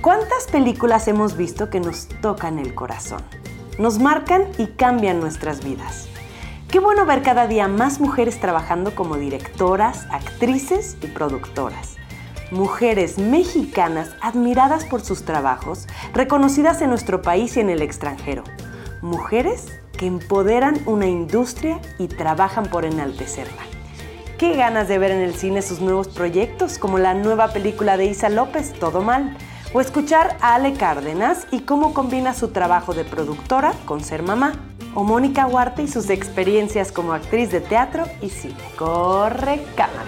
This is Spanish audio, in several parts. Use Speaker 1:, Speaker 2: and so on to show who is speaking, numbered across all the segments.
Speaker 1: ¿Cuántas películas hemos visto que nos tocan el corazón? Nos marcan y cambian nuestras vidas. Qué bueno ver cada día más mujeres trabajando como directoras, actrices y productoras. Mujeres mexicanas admiradas por sus trabajos, reconocidas en nuestro país y en el extranjero. Mujeres que empoderan una industria y trabajan por enaltecerla. Qué ganas de ver en el cine sus nuevos proyectos, como la nueva película de Isa López, Todo Mal, o escuchar a Ale Cárdenas y cómo combina su trabajo de productora con ser mamá, o Mónica Huarte y sus experiencias como actriz de teatro y cine. Corre cámara.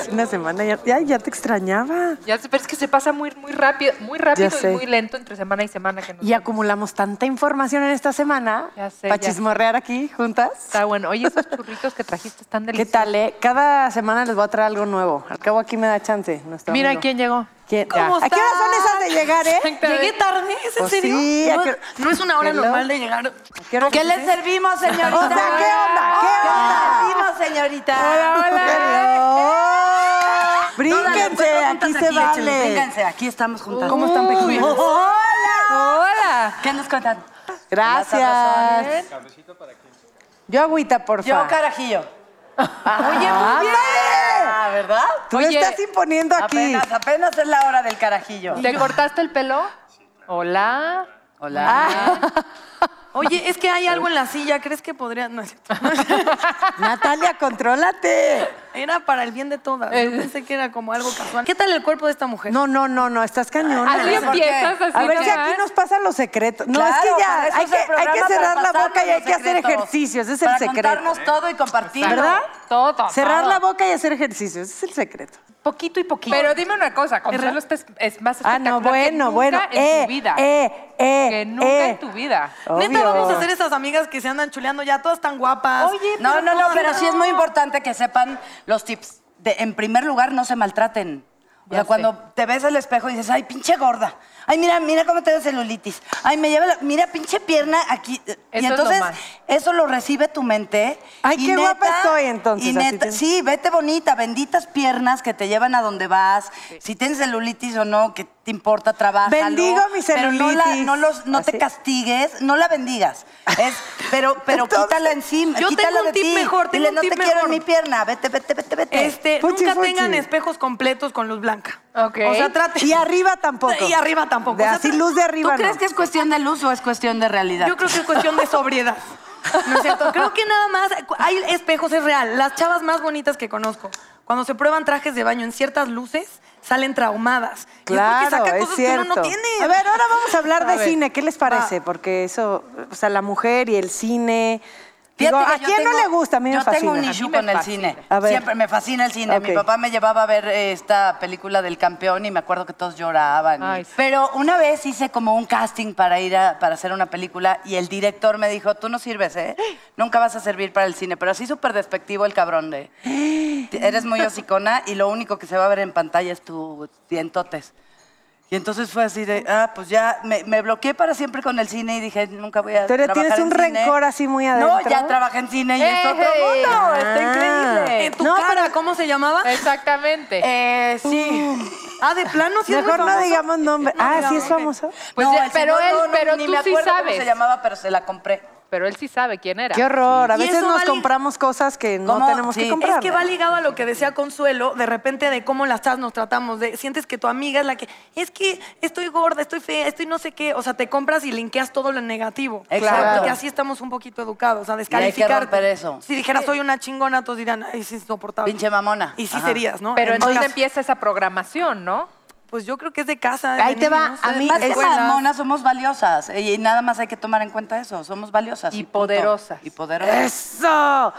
Speaker 1: Es una semana, ya, ya, ya te extrañaba.
Speaker 2: Ya sé, pero es que se pasa muy, muy rápido, muy rápido
Speaker 1: Ya
Speaker 2: y
Speaker 1: sé.
Speaker 2: muy lento entre semana y semana que nos
Speaker 1: Y acumulamos tanta información en esta semana
Speaker 2: Ya sé,
Speaker 1: para
Speaker 2: ya.
Speaker 1: chismorrear aquí juntas.
Speaker 2: está bueno. Oye, esos churritos que trajiste están
Speaker 1: ¿Qué
Speaker 2: deliciosos.
Speaker 1: tal, eh? Cada semana les voy a traer algo nuevo. Al cabo aquí me da chance. nuestro
Speaker 2: Mira
Speaker 1: amigo.
Speaker 2: quién llegó.
Speaker 1: ¿Quién?
Speaker 3: ¿Cómo
Speaker 1: Ya. ¿A qué horas son
Speaker 3: están?
Speaker 1: esas de llegar, eh?
Speaker 3: ¿Llegué tarde? ¿Es en
Speaker 1: Pues
Speaker 3: serio?
Speaker 1: sí, ¿a
Speaker 3: no,
Speaker 1: qué-
Speaker 3: no es una hora
Speaker 1: Hello?
Speaker 3: normal de llegar.
Speaker 1: qué hora
Speaker 3: ¿Qué les
Speaker 1: llegaste?
Speaker 3: servimos, señorita?
Speaker 1: O sea, ¿qué onda? ¿Qué onda?
Speaker 3: les servimos, señorita?
Speaker 1: Hola.
Speaker 3: Todas las
Speaker 1: Brínquense,
Speaker 3: cuatro
Speaker 1: aquí
Speaker 3: juntas
Speaker 1: se
Speaker 3: échenle,
Speaker 1: vale.
Speaker 3: Vénganse, aquí estamos juntas.
Speaker 1: ¿Cómo están, pequeños? ¡Hola!
Speaker 2: ¡Hola!
Speaker 3: ¿Qué nos cuentan?
Speaker 1: Gracias. Yo agüita, por
Speaker 3: Yo,
Speaker 1: favor.
Speaker 3: carajillo. Oye, muy bien. Ah, ¿verdad?
Speaker 1: Tú
Speaker 2: Oye,
Speaker 1: estás imponiendo aquí.
Speaker 3: Apenas, apenas es la hora del carajillo.
Speaker 2: ¿Te cortaste el pelo? Hola.
Speaker 3: Hola. Oye, es que hay algo en la silla, ¿crees que podría...? No, es cierto.
Speaker 1: Natalia, contrólate.
Speaker 3: era para el bien de todas. Yo
Speaker 2: Eh,
Speaker 3: pensé que era como algo casual. ¿Qué tal el cuerpo de esta mujer?
Speaker 1: No, no, no, no, estás cañón.
Speaker 2: Así
Speaker 3: ¿por qué?
Speaker 2: empiezas, así
Speaker 1: A ver si
Speaker 2: nomás.
Speaker 1: aquí nos pasan los secretos. No,
Speaker 3: pues, Claro,
Speaker 1: es que ya
Speaker 3: para eso
Speaker 1: hay
Speaker 3: es
Speaker 1: que,
Speaker 3: el
Speaker 1: hay que
Speaker 3: programa,
Speaker 1: cerrar
Speaker 3: para
Speaker 1: la boca y hay
Speaker 3: pasarnos
Speaker 1: que hacer
Speaker 3: secretos.
Speaker 1: ejercicio. Ese es el
Speaker 3: Para
Speaker 1: secreto.
Speaker 3: contarnos todo y compartirlo.
Speaker 1: ¿Verdad?
Speaker 2: Todo, todo.
Speaker 1: Cerrar la boca y hacer ejercicio. Ese es el secreto.
Speaker 3: Poquito y poquito.
Speaker 2: Pero dime una cosa, Consuelo está es- es más
Speaker 1: Ah,
Speaker 2: espectacular
Speaker 1: no,
Speaker 2: que
Speaker 1: bueno,
Speaker 2: nunca
Speaker 1: bueno.
Speaker 2: en
Speaker 1: eh,
Speaker 2: tu vida.
Speaker 1: eh, eh,
Speaker 2: que nunca
Speaker 1: eh.
Speaker 2: en tu vida.
Speaker 3: Neta, vamos
Speaker 1: Obvio.
Speaker 3: a ser esas amigas que se andan chuleando ya, todas tan guapas.
Speaker 2: Oye,
Speaker 4: No,
Speaker 2: pero
Speaker 4: no, no,
Speaker 2: ¿cómo
Speaker 4: pero
Speaker 2: no?
Speaker 4: sí es muy importante que sepan los tips. De, en primer lugar, no se maltraten. O
Speaker 2: Ya
Speaker 4: sea,
Speaker 2: sé.
Speaker 4: cuando te ves al espejo y dices, ay, pinche gorda. Ay, mira, mira cómo tengo celulitis. Ay, me lleva la... Mira, pinche pierna aquí.
Speaker 2: es
Speaker 4: y
Speaker 2: lo
Speaker 4: entonces,
Speaker 2: más.
Speaker 4: eso lo recibe tu mente.
Speaker 1: Ay,
Speaker 4: Y
Speaker 1: qué guapa estoy, entonces,
Speaker 4: Y
Speaker 1: así
Speaker 4: neta,
Speaker 1: te-
Speaker 4: sí, vete bonita, benditas piernas que te llevan a donde vas. Si tienes celulitis o no, que te importa, trabaja.
Speaker 1: Bendigo mi
Speaker 4: Pero no, la-
Speaker 1: celulitis.
Speaker 4: no, los, no
Speaker 1: Así.
Speaker 4: te castigues, no la bendigas. Es, pero pero
Speaker 1: Entonces,
Speaker 4: quítala encima.
Speaker 3: yo
Speaker 4: quítala
Speaker 3: tengo un
Speaker 4: de
Speaker 3: tip
Speaker 4: ti.
Speaker 3: mejor, tengo
Speaker 4: Dile,
Speaker 3: un
Speaker 4: no
Speaker 3: tip
Speaker 4: te quiero
Speaker 3: mejor.
Speaker 4: en mi pierna. Vete, vete, vete, vete.
Speaker 3: Este,
Speaker 1: Fuchi,
Speaker 3: nunca
Speaker 1: fuchi.
Speaker 3: tengan espejos completos con luz blanca.
Speaker 2: Ok.
Speaker 3: O sea, traten.
Speaker 1: Y arriba tampoco.
Speaker 3: Y arriba tampoco.
Speaker 1: De
Speaker 3: O sea,
Speaker 1: así,
Speaker 3: tra-
Speaker 1: luz de arriba.
Speaker 4: ¿Tú crees
Speaker 1: no.
Speaker 4: que es cuestión de luz o es cuestión de realidad?
Speaker 3: Yo creo que es cuestión de sobriedad. No es cierto. Creo que nada más cu- hay espejos, es real. Las chavas más bonitas que conozco, cuando se prueban trajes de baño en ciertas luces, salen traumadas. Y es porque
Speaker 1: Claro,
Speaker 3: saca
Speaker 1: es
Speaker 3: cosas
Speaker 1: cierto.
Speaker 3: que uno no tiene.
Speaker 1: A ver, ahora vamos a hablar
Speaker 3: A
Speaker 1: de
Speaker 3: ver.
Speaker 1: cine. ¿Qué les parece?
Speaker 3: Va.
Speaker 1: Porque eso, o sea, la mujer y el cine.
Speaker 4: Fíjate
Speaker 1: Digo, ¿A
Speaker 4: que yo
Speaker 1: quién no
Speaker 4: tengo-
Speaker 1: le gusta? A mí me
Speaker 4: Yo
Speaker 1: fascina.
Speaker 4: tengo un issue
Speaker 2: me
Speaker 4: con el
Speaker 2: fascina.
Speaker 4: cine.
Speaker 1: A ver.
Speaker 4: Siempre me fascina el cine.
Speaker 1: Ok.
Speaker 4: Mi papá me llevaba a ver eh, esta película del campeón y me acuerdo que todos lloraban. y-
Speaker 2: Ay, sí.
Speaker 4: Pero una vez hice como un casting para ir a, para hacer una película y el director me dijo, tú no sirves, ¿eh? Nunca vas a servir para el cine. Pero así súper despectivo el cabrón de, eres muy hocicona y lo único que se va a ver en pantalla es tus dientotes. Y entonces fue así de, ah, pues ya me, me bloqueé para siempre con el cine y dije, nunca voy a
Speaker 1: Pero
Speaker 4: trabajar
Speaker 1: tienes
Speaker 4: en
Speaker 1: un
Speaker 4: cine".
Speaker 1: rencor así muy
Speaker 4: No,
Speaker 1: adentro.
Speaker 4: ya trabajé en cine y es otro
Speaker 2: ¡Ey!
Speaker 4: mundo. Está
Speaker 1: Ah.
Speaker 4: increíble.
Speaker 3: En tu
Speaker 1: No,
Speaker 3: cara,
Speaker 1: pero-
Speaker 3: ¿cómo se llamaba?
Speaker 2: Exactamente.
Speaker 4: Eh, sí.
Speaker 3: Ah, de plano, sí es muy
Speaker 1: Mejor no
Speaker 3: famoso.
Speaker 1: digamos nombre. ah, sí es
Speaker 3: digamos,
Speaker 1: famoso.
Speaker 2: Pues ya-
Speaker 4: el
Speaker 2: pero
Speaker 4: señor,
Speaker 2: él- pero
Speaker 4: ni
Speaker 2: tú
Speaker 4: me
Speaker 2: sí
Speaker 4: acuerdo cómo
Speaker 2: sabes.
Speaker 4: se llamaba, pero se la compré.
Speaker 2: Pero él sí sabe quién era.
Speaker 1: Qué horror. A
Speaker 3: ¿Y
Speaker 1: veces
Speaker 3: eso
Speaker 1: nos
Speaker 3: vale?
Speaker 1: compramos cosas que no
Speaker 4: ¿Cómo?
Speaker 1: tenemos que
Speaker 4: Sí,
Speaker 1: comprar.
Speaker 3: Es que va ligado a lo que decía Consuelo, de repente de cómo las chas nos tratamos, de sientes que tu amiga es la que, es que estoy gorda, estoy fea, estoy no sé qué, o sea, te compras y linkeas todo lo negativo.
Speaker 4: Exacto.
Speaker 3: Y así estamos un poquito educados, a
Speaker 4: que
Speaker 3: descalificar.
Speaker 4: romper eso.
Speaker 3: Si dijeras soy una chingona, todos dirán, ay, es insoportable.
Speaker 4: Pinche mamona.
Speaker 3: Y sí
Speaker 4: Ajá.
Speaker 3: serías, ¿no?
Speaker 2: Pero
Speaker 3: En mi
Speaker 2: entonces
Speaker 3: caso.
Speaker 2: empieza esa programación, ¿no?
Speaker 3: Pues yo creo que es de casa.
Speaker 1: Ahí
Speaker 3: de
Speaker 1: te va,
Speaker 3: niños,
Speaker 1: a
Speaker 3: de
Speaker 1: mí
Speaker 4: Más que
Speaker 1: Escuelas.
Speaker 4: mamonas, somos valiosas. eh, Y nada más hay que tomar en cuenta eso. Somos valiosas.
Speaker 2: Y
Speaker 4: punto.
Speaker 2: poderosas.
Speaker 4: Y poderosas.
Speaker 1: ¡Eso!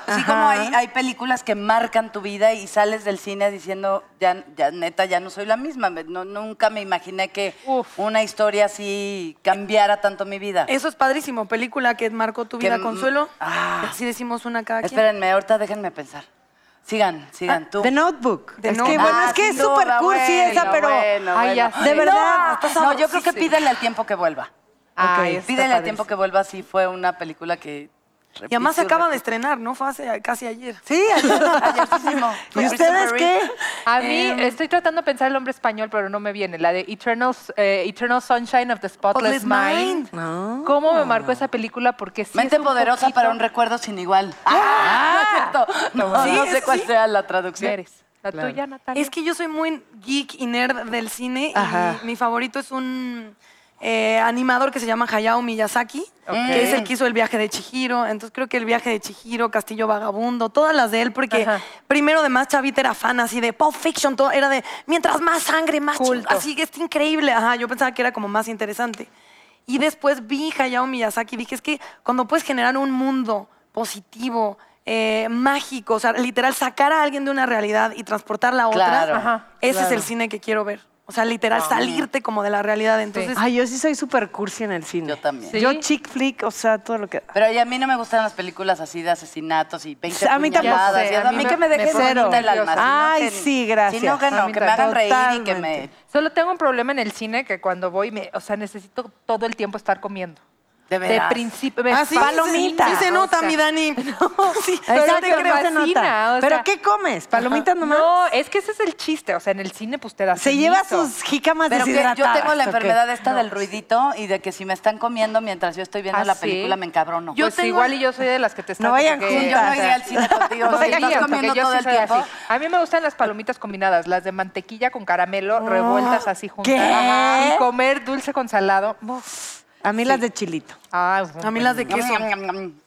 Speaker 4: Así como
Speaker 3: Ah,
Speaker 4: hay, hay películas que marcan tu vida y sales del cine diciendo, ya, ya neta, ya no soy la misma. Me- no- nunca me imaginé que
Speaker 2: Uf.
Speaker 4: una historia así cambiara tanto mi vida.
Speaker 3: Eso es padrísimo, película que marcó tu vida,
Speaker 4: Que-
Speaker 3: Consuelo.
Speaker 4: Ah.
Speaker 3: Así decimos una cada quien.
Speaker 4: Espérenme, ahorita déjenme pensar. Sigan, sigan, tú.
Speaker 1: The Notebook.
Speaker 3: The
Speaker 1: es que,
Speaker 3: Notebook.
Speaker 1: bueno,
Speaker 4: Ah,
Speaker 1: es que es
Speaker 4: sin duda,
Speaker 1: súper cursi
Speaker 4: bueno,
Speaker 1: esa, pero...
Speaker 4: bueno,
Speaker 2: Ay, ya
Speaker 4: bueno.
Speaker 2: sé.
Speaker 1: De verdad.
Speaker 4: No, no, yo creo que pídele al tiempo que vuelva.
Speaker 2: Ay,
Speaker 1: Ok.
Speaker 2: Ah, está
Speaker 4: Pídele al
Speaker 2: padrísimo.
Speaker 4: tiempo que vuelva, sí fue una película que
Speaker 3: Y además se acaba de estrenar, ¿no? Fue hace- casi ayer.
Speaker 4: Sí, ayer, ayerísimo.
Speaker 1: ¿Y ustedes qué?
Speaker 2: A mí
Speaker 3: Eh, um,
Speaker 2: estoy tratando de pensar el nombre español, pero no me viene. La de Eternal, eh, Eternal Sunshine of the Spotless
Speaker 3: Spotless Mind.
Speaker 2: Mind. ¿Cómo me marcó esa película? Porque sí.
Speaker 4: Mente
Speaker 2: es un
Speaker 4: poderosa
Speaker 2: poquito-
Speaker 4: para un recuerdo sin igual. Ah, no es cierto. No,
Speaker 3: Sí,
Speaker 4: no sé
Speaker 3: es-
Speaker 4: cuál
Speaker 3: sí.
Speaker 4: sea la traducción.
Speaker 2: Eres. La
Speaker 4: Claro.
Speaker 2: tuya, Natalia.
Speaker 3: Es que yo soy muy geek y nerd del cine
Speaker 1: Ajá.
Speaker 3: y mi favorito es un eh, animador que se llama Hayao Miyazaki, que es el que hizo el viaje de Chihiro. Entonces creo que el viaje de Chihiro, Castillo Vagabundo, todas las de él, porque
Speaker 2: Ajá.
Speaker 3: primero de más Chavita era fan así de Pulp Fiction, todo, era de mientras más sangre, más chul-
Speaker 2: Culto.
Speaker 3: así que es increíble. Ajá, yo pensaba que era como más interesante. Y después vi Hayao Miyazaki y dije, es que cuando puedes generar un mundo positivo, eh, mágico, o sea, literal, sacar a alguien de una realidad y transportarla a otra,
Speaker 4: Claro.
Speaker 2: Ajá,
Speaker 3: ese es el cine que quiero ver. O sea, literal, salirte como de la realidad. Entonces,
Speaker 1: Ay, yo sí soy súper cursi en el cine.
Speaker 4: Yo también.
Speaker 2: Sí.
Speaker 1: Yo chick flick, o sea, todo lo que...
Speaker 4: Pero y a mí no me gustan las películas así de asesinatos y 20
Speaker 1: A mí tampoco.
Speaker 4: puñaladas y
Speaker 2: Ya sé,
Speaker 4: eso. a mí que me dejen
Speaker 2: pone
Speaker 4: bonita el alma.
Speaker 2: nerviosa.
Speaker 4: si no
Speaker 1: Ay,
Speaker 4: que-
Speaker 1: sí, gracias.
Speaker 4: Si no, que
Speaker 2: A
Speaker 4: no,
Speaker 2: mí
Speaker 4: que me hagan reír y que me...
Speaker 1: Totalmente.
Speaker 2: Solo tengo un problema en el cine que cuando voy, me, o sea, necesito todo el tiempo estar comiendo.
Speaker 4: De
Speaker 2: De
Speaker 4: veras.
Speaker 2: principio. me
Speaker 1: Ah,
Speaker 3: así
Speaker 1: palomita.
Speaker 3: Sí, se nota,
Speaker 2: o sea.
Speaker 3: mi Dani. sí.
Speaker 2: Pero
Speaker 1: Exacto,
Speaker 2: te
Speaker 1: no se
Speaker 2: fascina,
Speaker 1: nota.
Speaker 2: o
Speaker 1: ¿Pero
Speaker 2: sea-
Speaker 1: qué comes? ¿Palomitas nomás?
Speaker 2: No, es que ese es el chiste. O sea, en el cine, pues te das.
Speaker 1: Se lleva sus jicamas
Speaker 4: Pero que
Speaker 1: deshidratadas.
Speaker 4: yo tengo la
Speaker 1: ¿o qué?
Speaker 4: enfermedad esta del ruidito y de que si me están comiendo mientras yo estoy viendo
Speaker 2: ¿Ah,
Speaker 4: la
Speaker 2: sí?
Speaker 4: película me encabrono.
Speaker 2: Yo
Speaker 4: Pues sí,
Speaker 2: igual y yo soy de las que te están.
Speaker 1: No vayan
Speaker 4: yo
Speaker 2: como
Speaker 4: no
Speaker 2: que-
Speaker 1: juntas.
Speaker 4: iría al cine contigo.
Speaker 2: No
Speaker 4: si
Speaker 2: vayan
Speaker 4: estás
Speaker 2: juntas,
Speaker 4: comiendo
Speaker 2: porque yo
Speaker 4: todo
Speaker 2: sí
Speaker 4: el
Speaker 2: soy
Speaker 4: tiempo.
Speaker 2: así. A mí me gustan las palomitas combinadas, las de mantequilla con caramelo revueltas así juntas.
Speaker 1: ¿Qué?
Speaker 2: Ajá, Y comer dulce con salado. Uf.
Speaker 1: A mí las de chilito.
Speaker 2: Ay,
Speaker 3: A mí las de queso.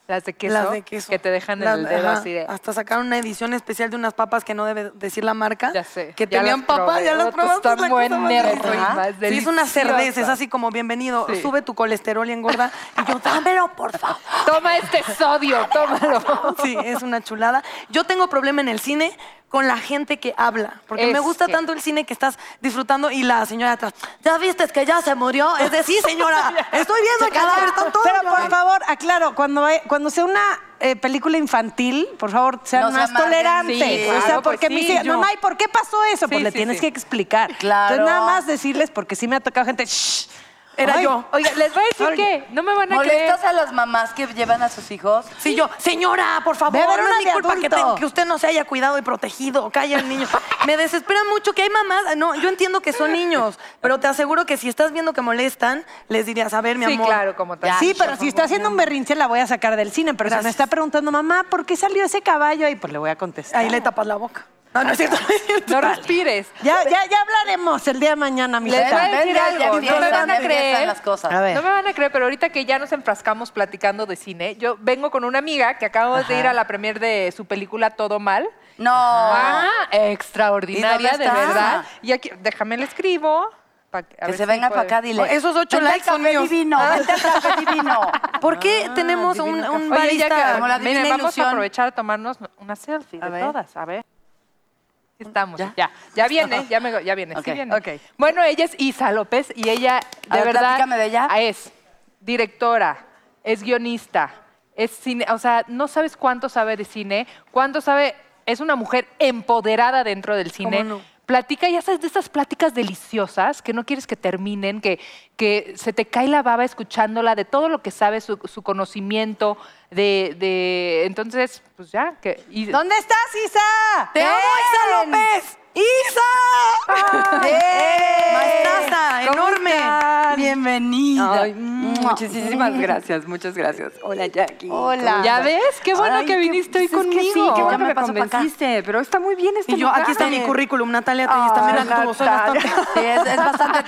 Speaker 2: las de queso.
Speaker 3: Las de queso.
Speaker 2: Que te dejan
Speaker 3: Las-
Speaker 2: el dedo
Speaker 3: ajá.
Speaker 2: así de.
Speaker 3: Hasta sacaron una edición especial de unas papas que no debe decir la marca.
Speaker 2: Ya sé,
Speaker 3: Que
Speaker 2: ya
Speaker 3: tenían
Speaker 2: las
Speaker 3: papa,
Speaker 2: probé.
Speaker 3: ya las
Speaker 2: Otro
Speaker 3: probaste. es
Speaker 2: tan
Speaker 3: la cosa más
Speaker 2: buen nervio
Speaker 3: deliciosa.
Speaker 2: y más
Speaker 3: Sí, es una
Speaker 2: deliciosa.
Speaker 3: cerveza, es así como bienvenido.
Speaker 2: Sí.
Speaker 3: Sube tu colesterol y engorda. Y yo, dámelo, por favor.
Speaker 2: Toma este sodio, tómalo.
Speaker 3: Sí, es una chulada. Yo tengo problema en el cine con la gente que habla, porque me
Speaker 2: Es
Speaker 3: gusta
Speaker 2: que-
Speaker 3: tanto el cine que estás disfrutando y la señora atrás, ¿ya viste que ya se murió? Es decir, señora, estoy viendo el cadáver, están todos
Speaker 1: Pero por
Speaker 3: llorando.
Speaker 1: favor, aclaro, cuando, vaya- cuando sea una eh, película infantil, por favor, sean
Speaker 4: No se
Speaker 1: más
Speaker 4: amarguen.
Speaker 1: tolerantes.
Speaker 2: Sí,
Speaker 1: o sea,
Speaker 2: claro,
Speaker 1: porque
Speaker 2: pues
Speaker 1: me
Speaker 2: sí,
Speaker 1: dicen,
Speaker 2: yo-
Speaker 1: mamá, ¿y por qué pasó eso? pues
Speaker 2: Sí,
Speaker 1: le
Speaker 2: sí,
Speaker 1: tienes
Speaker 2: sí.
Speaker 1: que explicar.
Speaker 4: Claro.
Speaker 1: Entonces, nada más decirles, porque sí me ha tocado gente, "Shh".
Speaker 3: Era
Speaker 1: Ay,
Speaker 3: yo.
Speaker 2: Oiga, les voy a decir
Speaker 1: Oye.
Speaker 2: que no me van a creer.
Speaker 4: ¿Molestas a las mamás que llevan a sus hijos?
Speaker 3: Sí, yo, señora, por favor,
Speaker 1: Debe haber
Speaker 3: no
Speaker 1: una
Speaker 3: es mi
Speaker 1: de
Speaker 3: culpa que,
Speaker 1: adulto.
Speaker 3: te- que usted no se haya cuidado y protegido. Calla el niño. Me desespera mucho que hay mamás. No, yo entiendo que son niños, pero te aseguro que si estás viendo que molestan, les dirías, a ver, mi
Speaker 2: Sí,
Speaker 3: amor.
Speaker 2: claro, como tal.
Speaker 1: Sí, pero si está haciendo un berrinche la voy a sacar del cine, pero si me
Speaker 3: Gracias.
Speaker 1: está preguntando, mamá, ¿por qué salió ese caballo? Y pues le voy a contestar.
Speaker 3: Ahí le tapas la boca. No, no es cierto. No es cierto.
Speaker 2: No respires.
Speaker 1: Ya, ya, ya hablaremos el día de mañana, mi
Speaker 2: Les voy a
Speaker 1: teta.
Speaker 2: decir
Speaker 4: ya,
Speaker 2: algo, no me
Speaker 4: empiezan,
Speaker 2: van a
Speaker 4: ya empiezan
Speaker 2: creer.
Speaker 4: las cosas.
Speaker 1: A ver.
Speaker 2: No me van a creer, pero ahorita que ya nos enfrascamos platicando de cine, yo vengo con una amiga que acabamos de ir a la premier de su película Todo Mal.
Speaker 4: No.
Speaker 2: Ah,
Speaker 4: ¿Y
Speaker 2: extraordinaria,
Speaker 4: dónde
Speaker 2: de
Speaker 4: está?
Speaker 2: verdad. Y aquí, déjame le escribo. pa- a
Speaker 4: Que
Speaker 2: ver
Speaker 4: se
Speaker 2: si
Speaker 4: venga
Speaker 2: puede.
Speaker 4: para acá, dile.
Speaker 3: Esos ocho
Speaker 4: "Vente al
Speaker 3: likes son
Speaker 4: café
Speaker 3: míos".
Speaker 4: divino, vente al café divino.
Speaker 3: ¿Por qué tenemos un, un
Speaker 2: Oye, ya que-
Speaker 3: barista?
Speaker 4: Como la
Speaker 2: miren,
Speaker 4: divina
Speaker 2: vamos
Speaker 4: ilusión.
Speaker 2: a aprovechar a tomarnos una selfie de
Speaker 4: ver.
Speaker 2: todas, a ver. Estamos, ya, ya, viene, ya, me- ya viene, sí
Speaker 4: Ok,
Speaker 2: viene.
Speaker 1: ok.
Speaker 2: Bueno, ella es Isa López y ella, de
Speaker 4: A ver,
Speaker 2: verdad, ah,
Speaker 4: platícame de ella.
Speaker 2: es directora, es guionista, es cine, o sea, no sabes cuánto sabe de cine, cuánto sabe, es una mujer empoderada dentro del cine.
Speaker 3: no?
Speaker 2: Platica, ya sabes, de estas pláticas deliciosas que no quieres que terminen, que, que se te cae la baba escuchándola de todo lo que sabe, su, su conocimiento, de, de- Entonces, pues ya, que... y-
Speaker 1: ¿Dónde estás, Isa?
Speaker 3: ¡Te amo, Isa
Speaker 4: Ven.
Speaker 3: López! ¡Isa! ¡Maestraza! ¡Enorme!
Speaker 4: Bienvenida.
Speaker 5: Ay, muchísimas gracias, muchas gracias. Hola, Jackie.
Speaker 4: Hola.
Speaker 2: ¿Ya ves? Qué bueno
Speaker 5: Ay,
Speaker 2: que
Speaker 5: qué-
Speaker 2: viniste hoy
Speaker 5: pues es que
Speaker 2: conmigo.
Speaker 5: Sí, qué
Speaker 4: Ya
Speaker 5: bueno
Speaker 4: me
Speaker 5: que me
Speaker 4: paso pa' acá.
Speaker 5: convenciste, pero está muy bien este
Speaker 3: Y yo,
Speaker 5: lugar.
Speaker 3: aquí está mi currículum, Natalia Tellez. También
Speaker 4: Ay,
Speaker 3: aquí tuvo, soy bastante.
Speaker 4: Sí, es, es bastante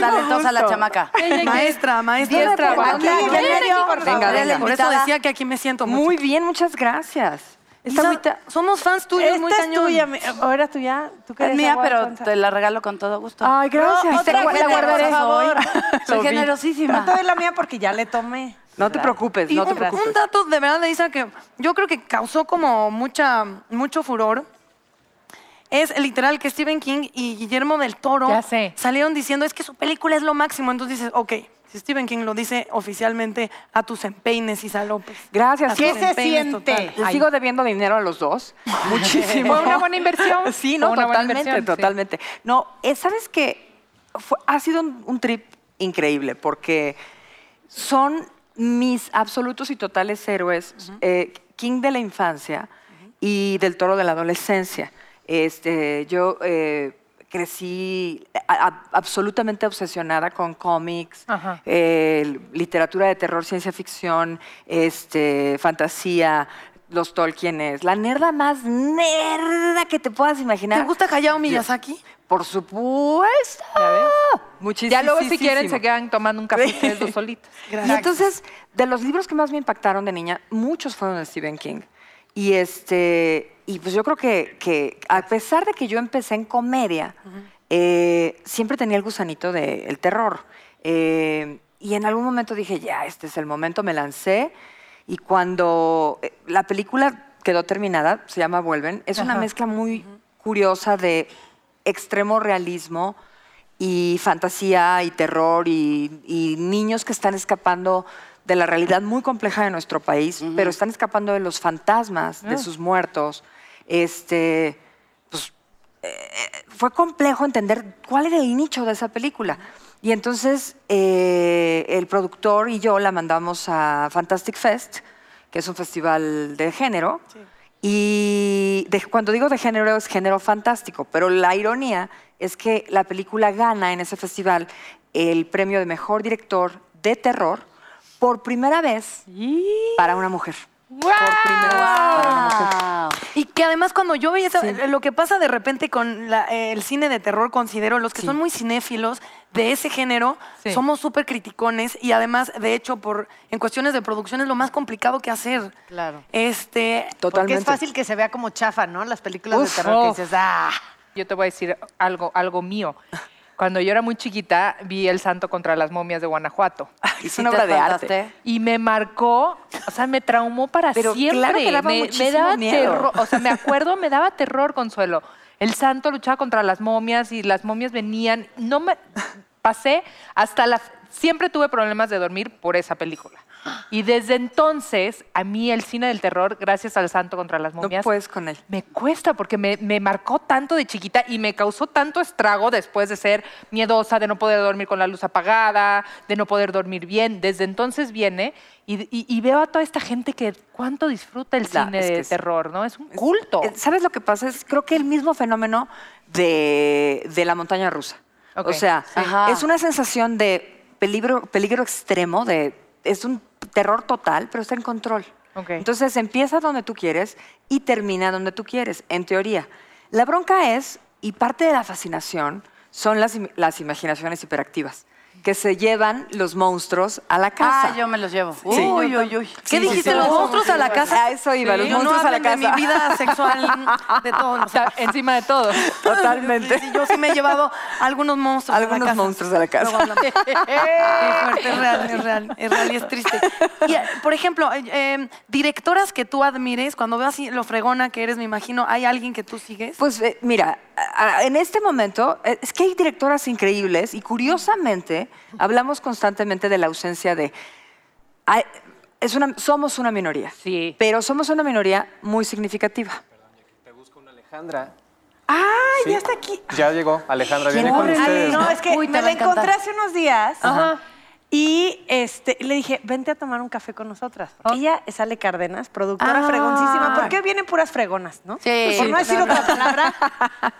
Speaker 4: talentosa la chamaca.
Speaker 3: Maestra, maestra.
Speaker 2: Diestra,
Speaker 3: Aquí,
Speaker 2: banda.
Speaker 3: aquí,
Speaker 2: Ven
Speaker 3: aquí,
Speaker 2: aquí,
Speaker 3: por
Speaker 2: por
Speaker 5: favor.
Speaker 3: favor.
Speaker 5: Venga,
Speaker 3: Por eso
Speaker 4: invitada.
Speaker 3: decía que aquí me siento
Speaker 5: Muy
Speaker 3: muy
Speaker 5: bien, muchas gracias. Está
Speaker 3: Isa,
Speaker 5: muy ta-
Speaker 3: Somos fans tuyos, muy
Speaker 1: Esta es
Speaker 3: cañón.
Speaker 1: tuya, mi- ¿o era tuya? ¿Tú que
Speaker 4: Es
Speaker 1: eres
Speaker 4: mía, pero
Speaker 1: aguapanza?
Speaker 4: te la regalo con todo gusto.
Speaker 5: Ay, gracias.
Speaker 1: No,
Speaker 5: Te
Speaker 1: otra
Speaker 5: gu-
Speaker 1: gente,
Speaker 5: la
Speaker 1: por
Speaker 5: guardaré.
Speaker 1: favor.
Speaker 4: Soy
Speaker 5: Lo vi.
Speaker 1: No
Speaker 4: generosísima.
Speaker 1: te doy la mía porque ya le tomé.
Speaker 5: No te preocupes, pues,
Speaker 3: Y
Speaker 5: no te
Speaker 3: un,
Speaker 5: preocupes.
Speaker 3: un dato de verdad de Isa que yo creo que causó como mucha, mucho furor. Es literal que Stephen King y Guillermo del Toro
Speaker 2: Ya sé.
Speaker 3: salieron diciendo es que su película es lo máximo. Entonces dices, ok, si Stephen King lo dice oficialmente a tus empeines, Isa López.
Speaker 5: Gracias.
Speaker 1: ¿Qué
Speaker 5: sí.
Speaker 1: se
Speaker 3: empeines
Speaker 1: siente?
Speaker 3: total.
Speaker 5: Les sigo debiendo dinero a los dos. Muchísimo.
Speaker 2: Fue una buena inversión.
Speaker 5: Sí, no,
Speaker 2: Fue una buena
Speaker 5: totalmente,
Speaker 2: inversión, sí.
Speaker 5: totalmente. No, eh, ¿sabes qué? Fue- ha sido un, un trip increíble porque son
Speaker 6: mis absolutos y totales héroes, eh, King de la infancia y del toro de la adolescencia. Este, yo eh, crecí a- a- absolutamente obsesionada con cómics,
Speaker 2: Ajá.
Speaker 6: eh, literatura de terror, ciencia ficción, este, fantasía, los Tolkienes, la nerda más nerda que te puedas imaginar.
Speaker 3: ¿Te gusta Hayao Miyazaki?
Speaker 6: Por supuesto.
Speaker 2: ¿Ya ves?
Speaker 6: Muchísimo.
Speaker 2: Ya luego si quieren se quedan tomando un café ustedes dos solitos.
Speaker 6: Y entonces, de los libros que más me impactaron de niña, muchos fueron de Stephen King. Y este, y pues yo creo que, que a pesar de que yo empecé en comedia, eh, siempre tenía el gusanito del terror. Eh, y en algún momento dije, ya, este es el momento, me lancé. Y cuando eh, la película quedó terminada, se llama Vuelven, es una mezcla muy curiosa de extremo realismo y fantasía y terror y, y niños que están escapando de la realidad muy compleja de nuestro país, pero están escapando de los fantasmas, de sus muertos. Este, pues, eh, fue complejo entender cuál era el nicho de esa película. Y entonces eh, el productor y yo la mandamos a Fantastic Fest, que es un festival de género. Y de- cuando digo de género es género fantástico, pero la ironía es que la película gana en ese festival el premio de mejor director de terror por primera vez para una mujer. Por primera vez para una mujer.
Speaker 4: Ah.
Speaker 3: Y que además cuando yo veía esa- eh, lo que pasa de repente con la- eh, el cine de terror, considero los que son muy cinéfilos de ese género,
Speaker 2: Sí.
Speaker 3: somos súper criticones y además, de hecho, por en cuestiones de producción es lo más complicado que hacer.
Speaker 1: Claro.
Speaker 3: Este,
Speaker 1: Porque
Speaker 6: Totalmente.
Speaker 1: es fácil que se vea como chafa, ¿no? Las películas
Speaker 2: Uf,
Speaker 1: de terror
Speaker 2: uf.
Speaker 1: que dices, ah.
Speaker 2: Yo te voy a decir algo, algo mío. Cuando yo era muy chiquita, vi El Santo contra las momias de Guanajuato.
Speaker 6: Es una obra de arte.
Speaker 2: Y me marcó, o sea, me traumó para
Speaker 6: Pero
Speaker 2: siempre.
Speaker 6: claro que daba
Speaker 2: me, me
Speaker 6: muchísimo
Speaker 2: daba
Speaker 6: miedo.
Speaker 2: terror, o sea, me acuerdo, me daba terror, Consuelo. El santo luchaba contra las momias y las momias venían. No me pasé hasta la siempre tuve problemas de dormir por esa película. Y desde entonces, a mí el cine del terror, gracias al santo contra las
Speaker 6: No
Speaker 2: momias,
Speaker 6: puedes con él.
Speaker 2: me cuesta porque me, me marcó tanto de chiquita y me causó tanto estrago después de ser miedosa, de no poder dormir con la luz apagada, de no poder dormir bien. Desde entonces viene y, y- y veo a toda esta gente que cuánto disfruta el
Speaker 6: La-
Speaker 2: cine
Speaker 6: es que
Speaker 2: de
Speaker 6: sí.
Speaker 2: terror, ¿no? Es un culto.
Speaker 6: Eh, ¿Sabes lo que pasa? Es creo que el mismo fenómeno de, de la montaña rusa.
Speaker 2: Ok,
Speaker 6: O sea,
Speaker 2: sí.
Speaker 4: Ajá.
Speaker 6: es una sensación de peligro, peligro extremo, de es un terror total, pero está en control.
Speaker 2: Ok.
Speaker 6: Entonces empieza donde tú quieres y termina donde tú quieres, en teoría. La bronca es, y parte de la fascinación, son las, im- las imaginaciones hiperactivas, que se llevan los monstruos a la casa.
Speaker 4: Ah, yo me los llevo.
Speaker 6: Sí.
Speaker 4: Uy, uy, uy.
Speaker 3: ¿Qué dijiste? ¿Los monstruos a la casa?
Speaker 6: A eso iba, los
Speaker 3: Yo no
Speaker 6: monstruos a la
Speaker 3: hablen de
Speaker 6: casa.
Speaker 3: mi vida sexual, de todo. o
Speaker 2: O
Speaker 3: sea,
Speaker 2: sea, encima de todo.
Speaker 6: Totalmente.
Speaker 3: sí, yo sí me he llevado algunos monstruos a la
Speaker 6: Algunos
Speaker 3: casa.
Speaker 6: monstruos a la casa.
Speaker 3: Luego hablamos. Sí, fuerte, es real, es real, es real y es triste. Y, eh, por ejemplo, eh, eh, directoras que tú admires, cuando veas así lo fregona que eres, me imagino, ¿hay alguien que tú sigues?
Speaker 6: Pues eh, mira, a- a- en este momento eh, es que hay directoras increíbles y curiosamente hablamos constantemente de la ausencia de... Ay, es una, somos una minoría.
Speaker 2: Sí.
Speaker 6: Pero somos una minoría muy significativa.
Speaker 7: Alejandra.
Speaker 1: Ah,
Speaker 7: Sí.
Speaker 1: ya está aquí.
Speaker 7: Ya llegó. Alejandra viene con
Speaker 1: Ay,
Speaker 7: ustedes.
Speaker 1: no, es que
Speaker 4: Uy, te
Speaker 1: me
Speaker 4: va
Speaker 1: la
Speaker 4: a encantar.
Speaker 1: encontré hace unos días. Y este, le dije, vente a tomar un café con nosotras. Ella es Ale Cárdenas, productora fregoncísima. ¿Por qué vienen puras fregonas, no? Pues,
Speaker 4: Sí.
Speaker 1: Por no decir otra palabra,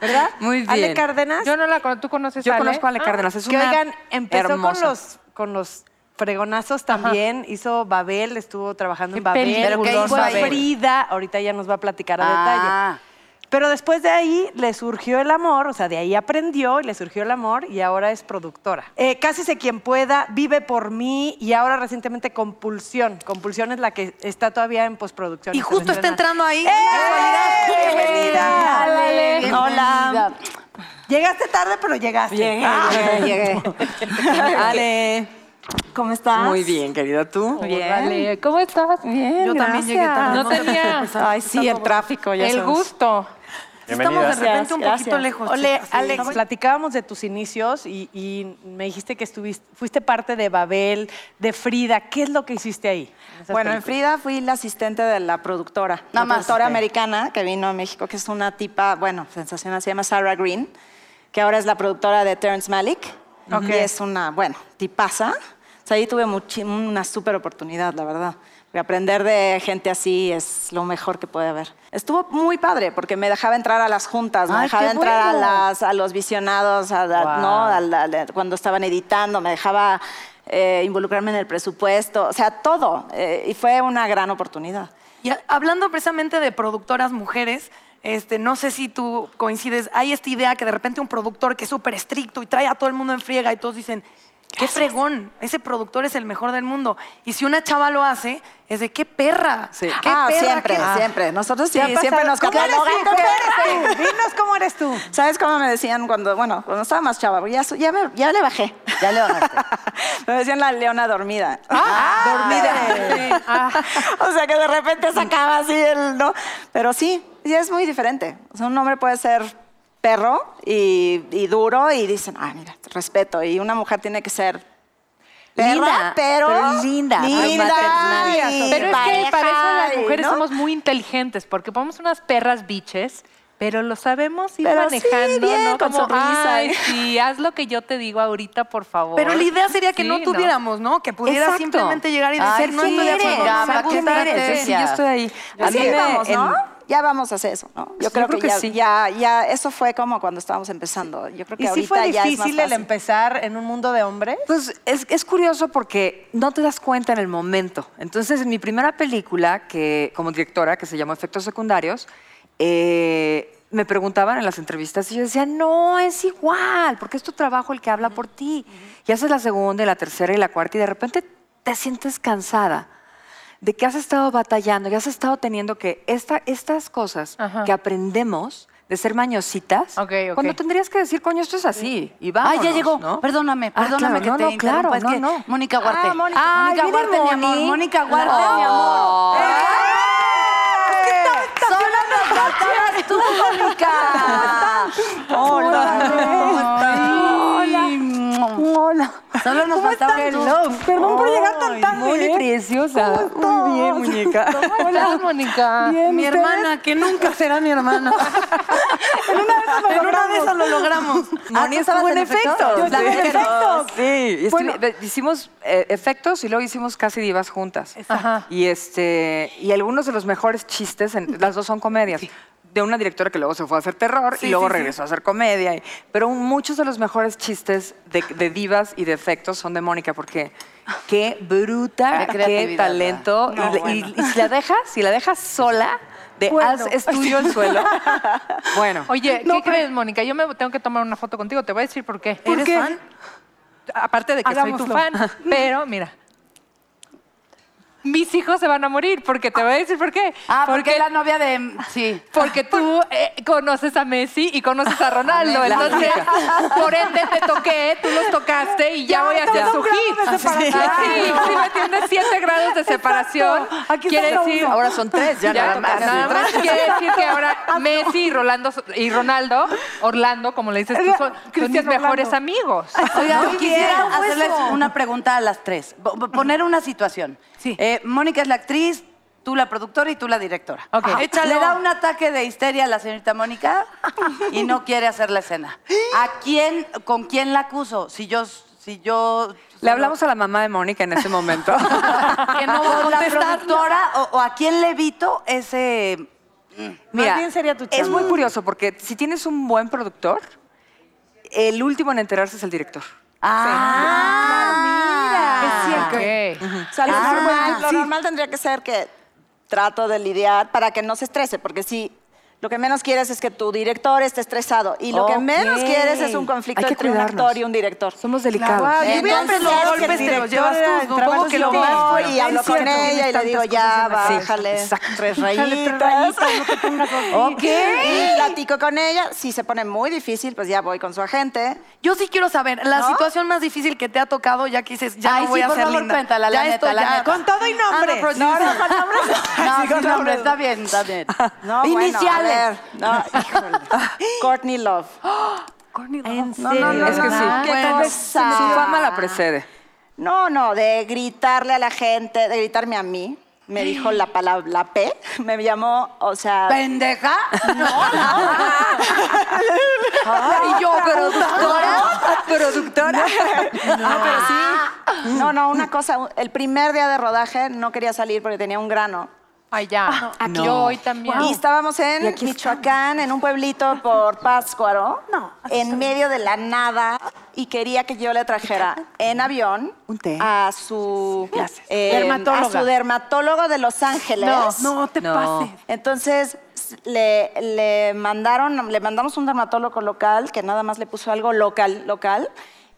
Speaker 1: ¿verdad?
Speaker 6: Muy
Speaker 1: Ale
Speaker 6: bien.
Speaker 1: Cárdenas. Ah,
Speaker 2: Yo no la conozco. ¿Tú conoces
Speaker 6: Yo
Speaker 2: Ale?
Speaker 6: conozco a Ale Cárdenas, es
Speaker 1: que
Speaker 6: una
Speaker 1: oigan, empezó
Speaker 6: hermosa.
Speaker 1: con los con los fregonazos también, hizo Babel, estuvo trabajando en
Speaker 2: Qué
Speaker 1: Babel,
Speaker 2: película.
Speaker 4: ¿Pero qué hizo
Speaker 1: hizo
Speaker 4: Babel?
Speaker 1: Frida, ahorita ya nos va a platicar a
Speaker 4: Ah.
Speaker 1: detalle. Pero después de ahí le surgió el amor, o sea, de ahí aprendió y le surgió el amor y ahora es productora. Eh, Casi sé quien pueda, vive por mí y ahora recientemente Compulsión. Compulsión es la que está todavía en postproducción.
Speaker 3: Y
Speaker 1: se
Speaker 3: justo
Speaker 1: va a
Speaker 3: está
Speaker 1: estrenar.
Speaker 3: entrando ahí.
Speaker 1: ¡Eh! ¡Bienvenida!
Speaker 4: Hola.
Speaker 1: Llegaste tarde, pero
Speaker 4: Pues
Speaker 1: llegaste. Ah.
Speaker 4: Llegué.
Speaker 6: Ale.
Speaker 4: ¿Cómo estás?
Speaker 6: Muy bien, querida, ¿tú?
Speaker 2: Órale, ¿Cómo estás?
Speaker 4: Bien,
Speaker 3: Yo también llegué tarde.
Speaker 2: No
Speaker 3: No te
Speaker 2: tenía
Speaker 4: Ay, sí, el tráfico, ya
Speaker 2: el
Speaker 4: sabes.
Speaker 2: gusto.
Speaker 3: Estamos de
Speaker 7: Bienvenida.
Speaker 3: repente un poquito
Speaker 4: gracias.
Speaker 3: lejos.
Speaker 1: Ole,
Speaker 3: chicas. Sí.
Speaker 1: Alex, platicábamos de tus inicios y, y me dijiste que estuviste, fuiste parte de Babel, de Frida. ¿Qué es lo que hiciste ahí? en esas
Speaker 8: Bueno, en Frida
Speaker 1: películas?
Speaker 8: fui la asistente de la productora,
Speaker 4: Nada
Speaker 8: la
Speaker 4: más,
Speaker 8: productora
Speaker 4: ok.
Speaker 8: americana que vino a México, que es una tipa, bueno, sensacional, se llama Sarah Green, que ahora es la productora de Terrence Malick, y es una, bueno, tipaza. Entonces,
Speaker 1: sea, ahí tuve muchi- una súper oportunidad, la verdad. Porque aprender de gente así es lo mejor que puede haber. Estuvo muy padre porque me dejaba entrar a las juntas, me
Speaker 4: Ay,
Speaker 1: dejaba
Speaker 4: qué
Speaker 1: entrar
Speaker 4: bueno.
Speaker 1: a, las, a los visionados, a la- ¿no? A la- la- cuando estaban editando, me dejaba eh, involucrarme en el presupuesto, o sea, todo. eh, y fue una gran oportunidad.
Speaker 3: Y a- hablando precisamente de productoras mujeres, este, no sé si tú coincides, hay esta idea que de repente un productor que es súper estricto y trae a todo el mundo en friega y todos dicen, qué fregón, ese productor es el mejor del mundo. Y si una chava lo hace, es de qué perra. qué
Speaker 4: Ah,
Speaker 3: perra
Speaker 4: siempre,
Speaker 3: que-
Speaker 4: siempre. Nosotros sí,
Speaker 9: ¿Te ha
Speaker 4: siempre
Speaker 9: pasado?
Speaker 4: nos
Speaker 9: ¿Cómo eres tú?
Speaker 4: catalogan.
Speaker 9: ¿Cómo eres tú? Dinos cómo eres tú.
Speaker 1: ¿Sabes cómo me decían cuando, bueno, cuando estaba más chava? Ya, su- ya, me- ya le bajé.
Speaker 4: Ya le bajaste.
Speaker 1: me decían la leona dormida.
Speaker 6: Ah,
Speaker 1: Ah,
Speaker 4: Dormida.
Speaker 1: o sea que de repente sacaba así el, ¿no? Pero sí, sí es muy diferente. O sea, un hombre puede ser perro y, y duro y dicen, ah, mira, te respeto. Y una mujer tiene que ser perra,
Speaker 6: Linda,
Speaker 1: pero,
Speaker 6: pero linda, maternal.
Speaker 1: y
Speaker 2: Pero es que para
Speaker 1: pareja
Speaker 2: eso las
Speaker 1: y,
Speaker 2: mujeres
Speaker 1: ¿no?
Speaker 2: somos muy inteligentes, porque ponemos unas perras biches, pero lo sabemos ir
Speaker 1: Pero sí,
Speaker 2: manejando,
Speaker 1: bien,
Speaker 2: ¿no?
Speaker 1: con
Speaker 2: Como,
Speaker 1: sonrisa,
Speaker 2: ay,
Speaker 1: ¿eh?"
Speaker 2: sí, haz lo que yo te digo ahorita, por favor.
Speaker 3: Pero la idea sería que
Speaker 2: Sí,
Speaker 3: no tuviéramos, ¿no? Que pudiera
Speaker 6: Exacto.
Speaker 3: simplemente llegar y decir,
Speaker 4: Ay,
Speaker 3: no
Speaker 4: sí,
Speaker 3: estoy de
Speaker 4: eres,
Speaker 3: acuerdo. no me
Speaker 4: gama, ¿qué
Speaker 3: gusta,
Speaker 4: tal eres?
Speaker 3: te-
Speaker 6: Sí, yo estoy ahí.
Speaker 1: Así
Speaker 6: me-
Speaker 1: Pues vamos, ¿no?
Speaker 6: en-
Speaker 1: Ya vamos a hacer eso, ¿no? Yo
Speaker 6: Sí,
Speaker 1: creo,
Speaker 6: creo
Speaker 1: que,
Speaker 6: que
Speaker 1: ya,
Speaker 6: sí.
Speaker 1: ya, ya, eso fue como cuando estábamos empezando. Yo creo que
Speaker 9: ¿Y
Speaker 1: ahorita
Speaker 9: sí fue
Speaker 1: ya es más
Speaker 9: difícil el
Speaker 1: fácil.
Speaker 9: empezar en un mundo de hombres?
Speaker 6: Pues es, es curioso porque no te das cuenta en el momento. Entonces, en mi primera película, que, como directora, que se llamó Efectos Secundarios, eh, me preguntaban en las entrevistas y yo decía, no, es igual, porque es tu trabajo el que habla por ti. Y haces la segunda, y la tercera y la cuarta, y de repente te sientes cansada de que has estado batallando, que has estado teniendo que esta- estas cosas
Speaker 2: Ajá.
Speaker 6: que aprendemos de ser mañositas,
Speaker 2: Ok, ok.
Speaker 6: cuando tendrías que decir, coño, esto es así, y
Speaker 4: Ah,
Speaker 6: vámonos,
Speaker 4: ya llegó.
Speaker 6: ¿no?
Speaker 4: Perdóname,
Speaker 6: Ah,
Speaker 4: perdóname
Speaker 6: claro,
Speaker 4: que
Speaker 6: no,
Speaker 4: te
Speaker 6: no,
Speaker 4: interrumpa.
Speaker 6: claro,
Speaker 4: es
Speaker 6: no,
Speaker 4: que
Speaker 6: no.
Speaker 4: Mónica Huarte.
Speaker 6: Ah, Mónica.
Speaker 4: Mónica
Speaker 6: Ay,
Speaker 4: Huarte,
Speaker 6: miren,
Speaker 4: mi amor.
Speaker 6: Moni.
Speaker 4: Mónica Huarte, mi
Speaker 6: No.
Speaker 4: amor. ¡Eh! ¡Solo nos faltabas tú, Mónica! Hola. Hola.
Speaker 6: Hola.
Speaker 4: Solo nos faltabas tú.
Speaker 6: Perdón por llegar tan tarde. Muy preciosa. Muy bien, muñeca.
Speaker 2: Hola, Mónica.
Speaker 3: Mi hermana, que nunca será mi hermana. en una de esas lo logramos.
Speaker 6: Moni estaba en efectos.
Speaker 4: Yo estaba en efectos.
Speaker 6: Sí. y estuve- ve- hicimos eh, efectos y luego hicimos casi divas juntas.
Speaker 2: Ajá.
Speaker 6: Y este y algunos de los mejores chistes, en- las dos son comedias. De una directora que luego se fue a hacer terror y luego regresó a hacer comedia. y- pero muchos de los mejores chistes de, de divas y de efectos son de Mónica, porque qué bruta,
Speaker 4: Qué
Speaker 6: qué
Speaker 4: creatividad,
Speaker 6: talento.
Speaker 4: ¿verdad?
Speaker 6: y,
Speaker 4: No,
Speaker 6: y- y si la dejas, si la dejas sola, de haz estudio el suelo. Bueno.
Speaker 2: Oye, ¿qué crees, Mónica? Yo me tengo que tomar una foto contigo, te voy a decir por qué.
Speaker 3: ¿Eres fan?
Speaker 2: Aparte de que soy tu fan, pero mira. Mis hijos se van a morir, porque te voy a decir por qué.
Speaker 4: Ah, porque la novia de... Sí.
Speaker 2: Porque tú eh, conoces a Messi y conoces a Ronaldo.
Speaker 6: Amén, la
Speaker 2: entonces,
Speaker 6: única.
Speaker 2: por ende, te toqué, tú los tocaste y ya, voy a hacer su hit. Sí,
Speaker 6: Ah,
Speaker 2: sí, sí, me entiendes, siete grados de separación. quiere decir,
Speaker 6: Ahora son tres, ya,
Speaker 2: ya
Speaker 6: nada
Speaker 2: toca-
Speaker 6: más.
Speaker 2: nada más quiere decir que ahora Messi y Rolando y Ronaldo, Orlando, como le dices tú, son, son mis mejores amigos.
Speaker 4: Oigan,
Speaker 3: Muy
Speaker 4: quisiera
Speaker 3: bien,
Speaker 4: hacerles
Speaker 3: hueso.
Speaker 4: una pregunta a las tres. Bo- bo- Poner una situación.
Speaker 2: Sí.
Speaker 4: Eh, Mónica es la actriz, tú la productora y tú la directora.
Speaker 2: Ok.
Speaker 4: Ajá.
Speaker 3: Échalo.
Speaker 4: Le da un ataque de histeria a la señorita Mónica y no quiere hacer la escena. ¿A quién, con quién la acuso? Si yo, si yo...
Speaker 6: Le hablamos a la mamá de Mónica en ese momento.
Speaker 4: que no va a contestar. productora o, o a quién le evito ese...
Speaker 6: Mira,
Speaker 9: bien sería tu
Speaker 6: es
Speaker 9: chamba.
Speaker 6: muy curioso porque si tienes un buen productor, el último en enterarse es el director.
Speaker 4: Ah, mira.
Speaker 2: Ok.
Speaker 1: O sea, lo,
Speaker 4: Ah,
Speaker 1: normal, lo
Speaker 4: sí.
Speaker 1: normal tendría que ser que trato de lidiar para que no se estrese, porque si lo que menos quieres es que tu director esté estresado y lo
Speaker 6: Ok.
Speaker 1: que menos quieres es un conflicto
Speaker 6: Hay que
Speaker 1: entre un
Speaker 6: cuidarnos.
Speaker 1: actor y un director.
Speaker 6: Somos delicados.
Speaker 1: yo hubiera
Speaker 3: Siempre los
Speaker 1: Claro que
Speaker 3: golpes
Speaker 1: sí,
Speaker 3: te los llevas tú. Supongo
Speaker 1: Entonces
Speaker 3: que
Speaker 1: yo
Speaker 3: lo más
Speaker 1: voy
Speaker 3: fuerte-
Speaker 1: y hablo
Speaker 3: Sí,
Speaker 1: con
Speaker 3: cierto,
Speaker 1: ella y
Speaker 3: tienes
Speaker 1: le digo,
Speaker 3: tantas cosas
Speaker 1: ya,
Speaker 3: en la cabeza.
Speaker 1: bájale tres rayitas. ok. Y platico con ella. Si se pone muy difícil, pues ya voy con su agente.
Speaker 3: Yo sí quiero saber, la
Speaker 1: ¿No?
Speaker 3: situación más difícil que te ha tocado, ya que dices, ya
Speaker 4: Ay,
Speaker 3: no voy
Speaker 4: sí,
Speaker 3: a
Speaker 4: por
Speaker 3: ser
Speaker 4: favor,
Speaker 3: linda.
Speaker 4: cuéntala, la
Speaker 3: ya
Speaker 4: neta,
Speaker 3: esto
Speaker 4: la
Speaker 3: ya-
Speaker 4: neta.
Speaker 9: Con todo y nombre.
Speaker 4: No, no, con nombres. No, con nombres, está bien, está bien.
Speaker 1: No, bueno, a
Speaker 4: Iniciales.
Speaker 1: ver, no, híjole. Courtney Love.
Speaker 6: No, no, no, es que sí.
Speaker 1: no,
Speaker 6: Bueno,
Speaker 1: no,
Speaker 6: su fama la precede.
Speaker 1: Pues, ah, No, no, de gritarle a la gente, de gritarme a mí. Me dijo la palabra, la P, me llamó, o sea...
Speaker 4: ¿Pendeja?
Speaker 6: y yo, productora, productora.
Speaker 4: Ah, pero sí.
Speaker 1: No, no, una cosa, el primer día de rodaje no quería salir porque tenía un grano.
Speaker 2: Ay, ya. Yo hoy también.
Speaker 1: Y estábamos en Michoacán, en un pueblito por Pátzcuaro, en medio de la nada, y quería que yo le trajera en avión
Speaker 3: Un té.
Speaker 1: a su eh,
Speaker 10: Dermatóloga.
Speaker 1: a su dermatólogo de Los Ángeles.
Speaker 11: No te
Speaker 3: No.
Speaker 11: pases.
Speaker 1: Entonces s- le, le mandaron, le mandamos un dermatólogo local que nada más le puso algo local, local,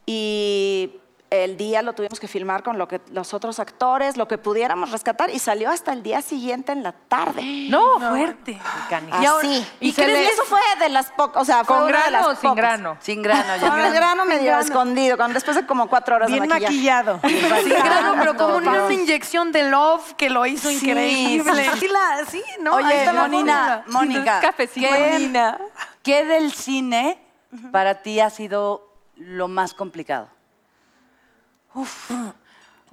Speaker 1: y el día lo tuvimos que filmar con lo que los otros actores, lo que pudiéramos rescatar, y salió hasta el día siguiente en la tarde.
Speaker 2: No,
Speaker 11: Fuerte.
Speaker 1: Así.
Speaker 2: fuerte.
Speaker 1: Y,
Speaker 2: Y se
Speaker 1: crees
Speaker 2: le-
Speaker 1: que eso fue de las pocas, o sea, fue
Speaker 2: ¿Con
Speaker 1: una de las
Speaker 2: grano o sin
Speaker 1: pocas.
Speaker 2: grano?
Speaker 4: Sin grano, ya.
Speaker 1: Con el grano medio escondido, con, después de como cuatro horas
Speaker 10: Bien
Speaker 1: de maquillaje.
Speaker 10: maquillado.
Speaker 11: Pero sin grano, pero como una
Speaker 1: Total.
Speaker 11: inyección de love que lo hizo increíble. Sí, la- sí, ¿no? Ahí
Speaker 4: Oye,
Speaker 11: está la
Speaker 4: Monina,
Speaker 11: fórmula.
Speaker 4: Mónica,
Speaker 2: Cafecito.
Speaker 4: ¿qué, qué del cine para ti ha sido lo más complicado?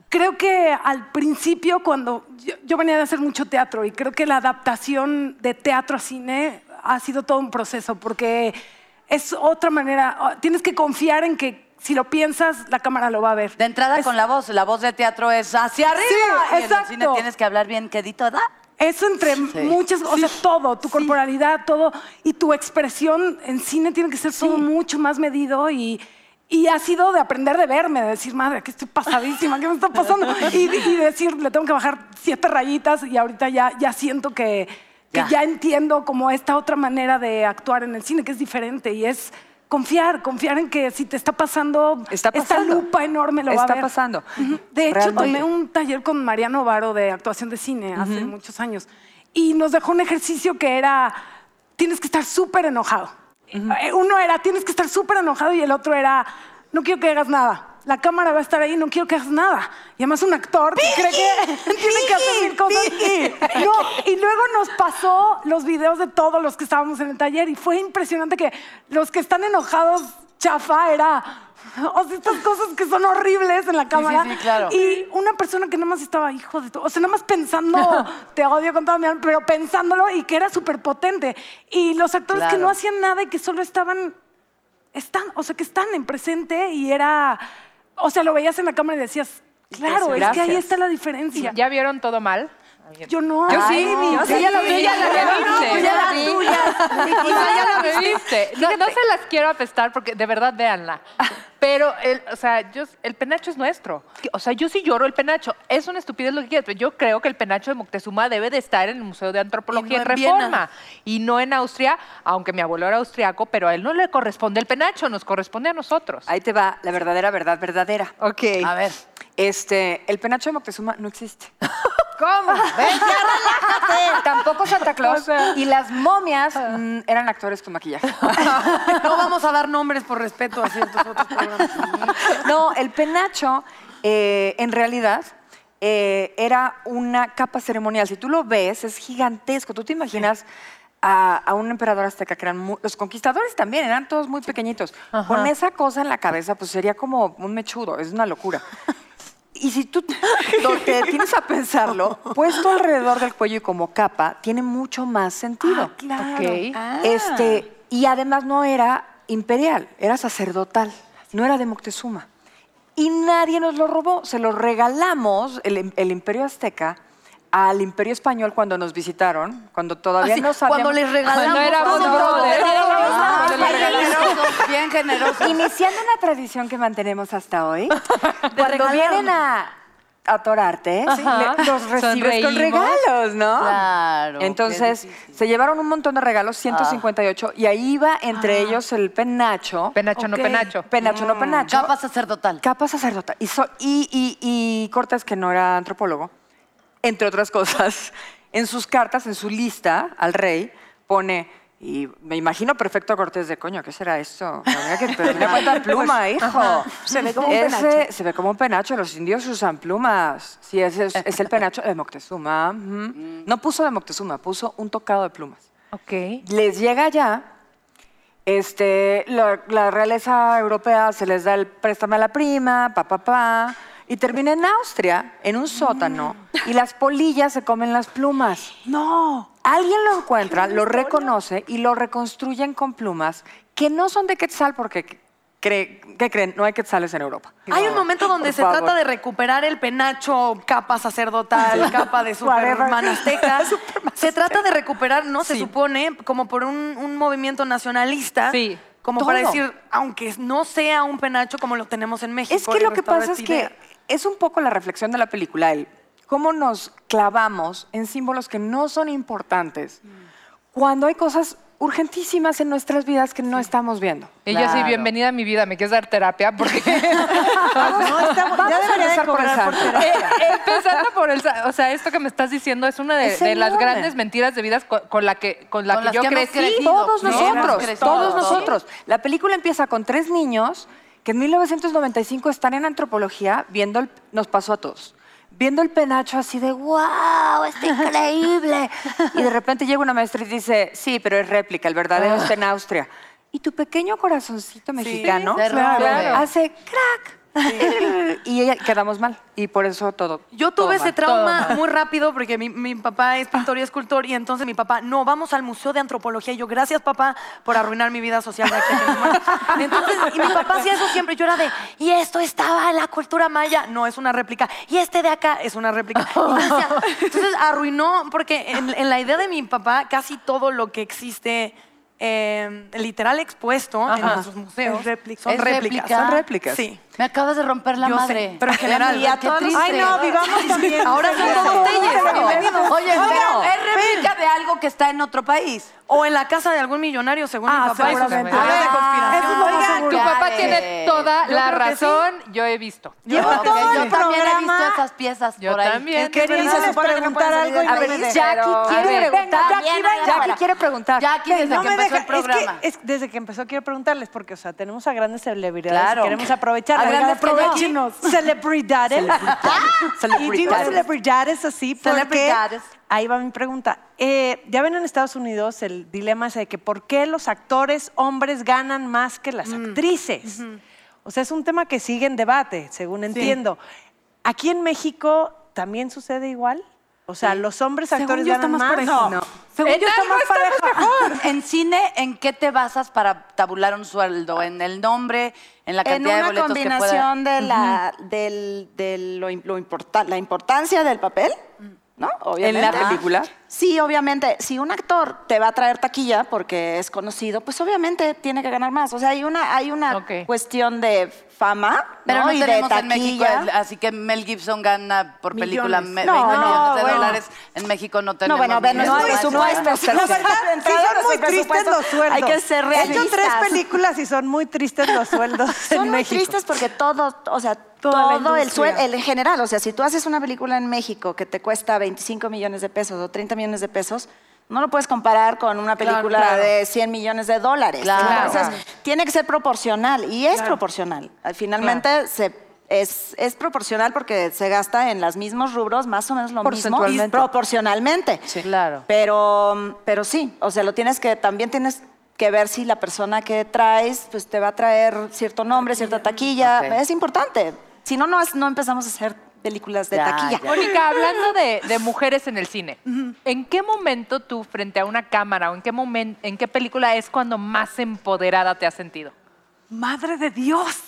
Speaker 6: Creo que al principio, cuando yo, yo venía de hacer mucho teatro y creo que la adaptación de teatro a cine ha sido todo un proceso porque es otra manera, ah, tienes que confiar en que si lo piensas, la cámara lo va a ver.
Speaker 4: De entrada
Speaker 6: Es-
Speaker 4: con la voz, la voz de teatro es hacia arriba.
Speaker 6: Sí,
Speaker 4: y en el
Speaker 6: exacto.
Speaker 4: cine tienes que hablar bien quedito, ¿verdad?
Speaker 6: Eso entre muchas, o sea, todo, tu corporalidad, todo, y tu expresión en cine tiene que ser todo mucho más medido y, y ha sido de aprender de verme, de decir, madre, que estoy pasadísima, ¿qué me está pasando? Y, y decir, le tengo que bajar siete rayitas y ahorita ya, ya siento que, que
Speaker 4: Ya.
Speaker 6: ya. entiendo como esta otra manera de actuar en el cine, que es diferente y es... Confiar, confiar en que si te está pasando,
Speaker 3: Está pasando.
Speaker 6: esta lupa enorme lo va a
Speaker 3: Está
Speaker 6: ver.
Speaker 3: pasando.
Speaker 6: Ujú. De hecho,
Speaker 3: Realmente.
Speaker 6: tomé un taller con Mariano Varo de actuación de cine hace muchos años y nos dejó un ejercicio que era, tienes que estar súper enojado. Eh, Uno era, tienes que estar súper enojado y el otro era, no quiero que hagas nada. La cámara va a estar ahí, no quiero que hagas nada. Y además un actor que cree que tiene que hacer mil cosas. No, y luego nos pasó los videos de todos los que estábamos en el taller y fue impresionante que los que están enojados chafa era... O sea, estas cosas que son horribles en la cámara.
Speaker 4: sí, claro.
Speaker 6: Y una persona que nada más estaba, hijo de tu... O sea, nada más pensando, te odio con toda mi alma, pero pensándolo y que era súper potente. Y los actores que
Speaker 4: Claro.
Speaker 6: no hacían nada y que solo estaban... Están, o sea, que están en presente y era... O sea, lo veías en la cámara y decías, claro, es que ahí
Speaker 3: Gracias.
Speaker 6: está la diferencia.
Speaker 2: ¿Ya vieron todo mal?
Speaker 6: Yo no.
Speaker 2: Yo sí,
Speaker 6: Ay,
Speaker 2: yo sí, ya la vi, ya la reviste.
Speaker 4: ya la vi.
Speaker 2: O sea, ya la reviste. No, no se las quiero apestar porque de verdad véanla. Pero, el, o sea, yo- el penacho es nuestro. Que- O sea, yo sí lloro el penacho. Es una estupidez lo que quieras, pero yo creo que el penacho de Moctezuma debe de estar en el Museo de
Speaker 11: Y
Speaker 2: Antropología
Speaker 11: no
Speaker 2: en
Speaker 11: en Viena.
Speaker 2: Reforma. Y no en Austria, aunque mi abuelo era austriaco, pero a él no le corresponde el penacho, nos corresponde a nosotros.
Speaker 3: Ahí te va la verdadera verdad verdadera.
Speaker 2: Ok.
Speaker 4: A ver.
Speaker 3: Este, el penacho de Moctezuma no existe. ¿Cómo? Tampoco Santa Claus. Y las momias
Speaker 2: Ah.
Speaker 3: mm, eran actores con maquillaje.
Speaker 11: No vamos a dar nombres por respeto a ciertos otros programas.
Speaker 3: No, el penacho, eh, en realidad, eh, era una capa ceremonial. Si tú lo ves, es gigantesco. Tú te imaginas a, a un emperador azteca que eran mu- los conquistadores también, eran todos muy pequeñitos. Con esa cosa en la cabeza, pues sería como un mechudo, es una locura. Y si tú lo- te tienes a pensarlo, puesto alrededor del cuello y como capa, tiene mucho más sentido.
Speaker 2: Ok.
Speaker 3: Este, y además no era imperial, era sacerdotal, no era de Moctezuma. Y nadie nos lo robó, se lo regalamos el, im- el imperio azteca al imperio español cuando nos visitaron, cuando todavía no sabíamos.
Speaker 11: Cuando les regalamos.
Speaker 2: Cuando éramos
Speaker 11: cuando-
Speaker 2: brothers.
Speaker 3: Ah,
Speaker 4: Bien
Speaker 3: bien
Speaker 4: generosos, bien generosos.
Speaker 3: Iniciando una tradición que mantenemos hasta hoy, cuando
Speaker 11: regalaron.
Speaker 3: vienen a atorarte, le- los recibes con
Speaker 2: Sonreímos.
Speaker 3: regalos, ¿no?
Speaker 4: Claro, qué
Speaker 3: Entonces,
Speaker 4: difícil.
Speaker 3: se llevaron un montón de regalos, 158, y ahí va entre ellos el penacho.
Speaker 2: Penacho, no
Speaker 6: Ok.
Speaker 2: penacho.
Speaker 3: Penacho, no penacho.
Speaker 4: Chapa sacerdotal.
Speaker 3: Capa sacerdota. Y, so- y, y- y Cortés, que no era antropólogo, entre otras cosas, en sus cartas, en su lista al rey, pone, y me imagino perfecto a Cortés de coño, ¿qué será esto? Mira que pero mira cuánta pluma, hijo. Pues, Se ve como un penacho. Se ve como un penacho, los indios usan plumas. Sí, ese es, es el penacho de Moctezuma. ujú. No puso de Moctezuma, puso un tocado de plumas.
Speaker 2: Ok.
Speaker 3: Les llega ya, este, la, la realeza europea se les da el préstamo a la prima, pa, pa, pa, y termina en Austria, en un sótano, y las polillas se comen las plumas.
Speaker 6: No.
Speaker 3: Alguien lo encuentra, lo reconoce y lo reconstruyen con plumas que no son de Quetzal, porque
Speaker 5: cree- ¿qué creen? No hay quetzales en Europa.
Speaker 3: Hay un momento donde
Speaker 5: Por
Speaker 3: se
Speaker 5: favor.
Speaker 3: trata de recuperar el penacho, capa sacerdotal, capa de superman azteca. se trata de recuperar, ¿no? Se supone, como por un, un movimiento nacionalista.
Speaker 2: Sí.
Speaker 3: Como para
Speaker 5: Todo.
Speaker 3: decir, aunque no sea un penacho como lo tenemos en México.
Speaker 5: Es que
Speaker 3: y
Speaker 5: lo que
Speaker 3: restaurar
Speaker 5: pasa es
Speaker 3: esta
Speaker 5: que
Speaker 3: idea.
Speaker 5: es un poco la reflexión de la película, el cómo nos clavamos en símbolos que no son importantes cuando hay cosas urgentísimas en nuestras vidas que no estamos viendo.
Speaker 2: Ella sí,
Speaker 4: Claro.
Speaker 2: bienvenida a mi vida, me quieres dar terapia porque
Speaker 5: Ah, No, estamos, ya debería de cobrar por
Speaker 2: Eh, empezando por el, sa- o sea, esto que me estás diciendo es una de,
Speaker 5: Es
Speaker 2: de las
Speaker 5: enorme.
Speaker 2: grandes mentiras de vidas co- con, la que con la
Speaker 4: Con
Speaker 2: que
Speaker 4: las
Speaker 2: yo
Speaker 4: que hemos
Speaker 2: crecí.
Speaker 4: crecido.
Speaker 5: Todos
Speaker 4: ¿no?
Speaker 5: nosotros,
Speaker 4: Hemos
Speaker 5: todos
Speaker 4: crecido.
Speaker 5: nosotros. La película empieza con tres niños que en 1995 están en antropología viendo el, nos pasó a todos, viendo el penacho así de wow, está increíble. y de repente llega una maestra y dice, sí, pero es réplica, el verdadero está en Austria. Y tu pequeño corazoncito mexicano
Speaker 4: se rompe.
Speaker 5: claro, hace crack. y ella- quedamos mal. Y por eso todo.
Speaker 3: Yo tuve
Speaker 5: todo
Speaker 3: ese
Speaker 5: mal.
Speaker 3: trauma muy rápido porque mi, mi papá es pintor y escultor y entonces mi papá, no, vamos al Museo de Antropología. Y yo, gracias papá por arruinar mi vida social. de aquí a que me muera". entonces, y mi papá hacía eso siempre. Yo era de, y esto estaba en la cultura maya. No, es una réplica. Y este de acá es una réplica. Y yo decía, entonces arruinó porque en, en la idea de mi papá casi todo lo que existe... eh, literal expuesto en nuestros museos. Son
Speaker 4: ¿Es
Speaker 3: réplicas.
Speaker 4: réplica?
Speaker 3: Son réplicas. Sí.
Speaker 4: Me acabas de romper la
Speaker 3: Yo sé,
Speaker 4: madre.
Speaker 3: pero en general.
Speaker 4: Y a
Speaker 3: Qué
Speaker 4: todos-
Speaker 3: triste.
Speaker 4: Ay, no, vivamos también.
Speaker 3: Ahora son
Speaker 4: Bienvenidos.
Speaker 3: todos telles. Bienvenidos.
Speaker 4: Oye, pero es réplica de algo que está en otro país.
Speaker 3: O en la casa de algún millonario, según mi papá. y sus
Speaker 6: seguramente.
Speaker 3: teorías de
Speaker 4: Ah,
Speaker 3: conspiración.
Speaker 4: eso es lo más
Speaker 2: Oigan,
Speaker 4: seguro.
Speaker 2: tu papá
Speaker 4: Claro.
Speaker 2: tiene toda
Speaker 3: Yo
Speaker 2: la
Speaker 3: creo que sí.
Speaker 2: razón, yo he visto.
Speaker 4: Llevo
Speaker 2: Yo-
Speaker 4: todo
Speaker 2: yo-
Speaker 4: el programa. Yo también he visto esas piezas
Speaker 2: Yo
Speaker 4: por ahí.
Speaker 2: también.
Speaker 4: Es que
Speaker 1: Quería
Speaker 4: se supone que no
Speaker 1: preguntar
Speaker 4: pueden
Speaker 1: algo y
Speaker 4: salir
Speaker 1: no
Speaker 4: de
Speaker 1: me
Speaker 4: ahí.
Speaker 5: quiere
Speaker 1: deja.
Speaker 5: preguntar. Jackie,
Speaker 4: Venga,
Speaker 5: Jackie
Speaker 4: Bárbara.
Speaker 5: quiere preguntar.
Speaker 4: Jackie, desde
Speaker 1: No
Speaker 4: que
Speaker 1: me
Speaker 4: empezó
Speaker 1: deja-
Speaker 4: el programa.
Speaker 1: Es que es- desde que empezó quiero preguntarles, porque, o sea, tenemos a grandes celebridades
Speaker 4: Claro.
Speaker 1: y queremos aprovechar.
Speaker 4: A grandes que no.
Speaker 1: Celebridades. Y digo
Speaker 4: Celebridades.
Speaker 1: celebridades así porque...
Speaker 4: Celebridades.
Speaker 1: Ahí va mi pregunta. Eh, ya ven en Estados Unidos el dilema ese de que por qué los actores hombres ganan más que
Speaker 12: Mm.
Speaker 1: las actrices. O sea, es un tema que sigue en debate, según entiendo. Aquí en México también sucede igual. O sea, los hombres actores
Speaker 6: yo está
Speaker 1: ganan
Speaker 6: más
Speaker 1: más. Eh,
Speaker 6: parejo. No. Según yo está más parejo.
Speaker 4: En cine, ¿en qué te basas para tabular un sueldo? ¿En el nombre? ¿En la
Speaker 12: en
Speaker 4: cantidad de
Speaker 12: una
Speaker 4: boletos que pueda?
Speaker 12: combinación de la del, de lo, im- lo importa- la importancia del papel,
Speaker 4: Mm.
Speaker 12: ¿no? Obviamente.
Speaker 5: ¿En la película?
Speaker 12: Sí, obviamente. Si un actor te va a traer taquilla porque es conocido, pues obviamente tiene que ganar más. O sea, hay una, hay una
Speaker 2: Ok.
Speaker 12: cuestión de fama
Speaker 4: Pero no
Speaker 12: y de
Speaker 4: tenemos
Speaker 12: taquilla.
Speaker 4: en México, el- así que Mel Gibson gana por película me- 20
Speaker 12: No,
Speaker 4: millones de
Speaker 12: bueno.
Speaker 4: dólares. En México no
Speaker 12: No,
Speaker 4: tenemos.
Speaker 12: bueno, de
Speaker 4: ni
Speaker 12: nuestros
Speaker 4: eso.
Speaker 12: presupuestos. pero
Speaker 1: La verdad,
Speaker 12: de
Speaker 1: sí
Speaker 12: entrada
Speaker 1: son muy
Speaker 12: nuestro
Speaker 1: tristes
Speaker 12: presupuesto,
Speaker 1: los sueldos.
Speaker 12: Hay que ser
Speaker 1: He hecho
Speaker 12: realistas.
Speaker 1: tres películas y son muy tristes los sueldos
Speaker 12: Son
Speaker 1: en
Speaker 12: muy
Speaker 1: México.
Speaker 12: tristes porque todo, o sea,
Speaker 6: la
Speaker 12: todo el
Speaker 6: industria.
Speaker 12: sueldo, en general, o sea, si tú haces una película en México que te cuesta 25 millones de pesos o 30 millones de pesos, no lo puedes comparar con una película de 100 millones de dólares. Entonces, tiene que ser proporcional y es proporcional. Finalmente, se... Es, es proporcional porque se gasta en los mismos rubros, más o menos lo mismo, y
Speaker 5: Porcentualmente.
Speaker 12: proporcionalmente.
Speaker 2: Claro.
Speaker 12: Pero, pero sí, o sea, lo tienes que, también tienes que ver si la persona que traes, pues te va a traer cierto nombre, cierta taquilla.
Speaker 4: Ok.
Speaker 12: Es importante. Si no, no, es- no empezamos a hacer películas de
Speaker 4: Ya,
Speaker 12: taquilla.
Speaker 4: ya.
Speaker 2: Mónica, hablando de, de mujeres en el cine, ¿en qué momento tú frente a una cámara o en qué momen- en qué película es cuando más empoderada te has sentido?
Speaker 6: Madre de Dios.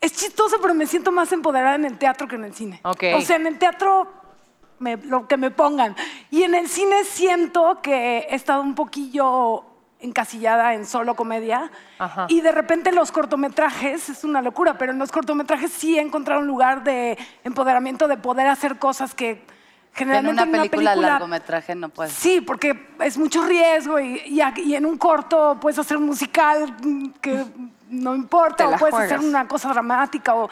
Speaker 6: Es chistoso, pero me siento más empoderada en el teatro que en el cine.
Speaker 2: Ok.
Speaker 6: O sea, en el teatro, me- lo que me pongan. Y en el cine siento que he estado un poquillo encasillada en solo comedia.
Speaker 2: Ajá.
Speaker 6: Y de repente los cortometrajes, es una locura, pero en los cortometrajes sí he encontrado un lugar de empoderamiento, de poder hacer cosas que
Speaker 4: En
Speaker 6: generalmente
Speaker 4: una película
Speaker 6: en una película
Speaker 4: largometraje no puedes.
Speaker 6: Sí, porque es mucho riesgo y, y a- y en un corto puedes hacer un musical mm, que no importa,
Speaker 5: Te
Speaker 6: o
Speaker 5: la
Speaker 6: puedes
Speaker 5: juegas.
Speaker 6: hacer una cosa dramática. O...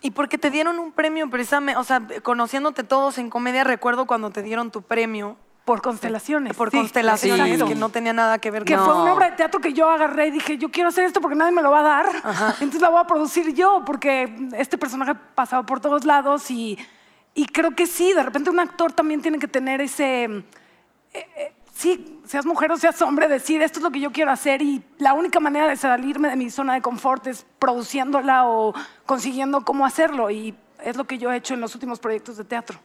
Speaker 3: Y porque te dieron un premio, precisamente, o sea, conociéndote todos en comedia, recuerdo cuando te dieron tu premio
Speaker 6: Por constelaciones.
Speaker 3: por
Speaker 6: sí.
Speaker 3: constelaciones,
Speaker 6: Exacto.
Speaker 3: que no tenía nada que ver
Speaker 6: Que
Speaker 3: con
Speaker 6: fue una obra de teatro que yo agarré y dije, yo quiero hacer esto porque nadie me lo va a dar. Entonces la voy a producir yo porque este personaje pasaba por todos lados y, y creo que sí, de repente un actor también tiene que tener ese... eh, eh, sí, seas mujer o seas hombre, decir esto es lo que yo quiero hacer y la única manera de salirme de mi zona de confort es produciéndola o consiguiendo cómo hacerlo y es lo que yo he hecho en los últimos proyectos de teatro.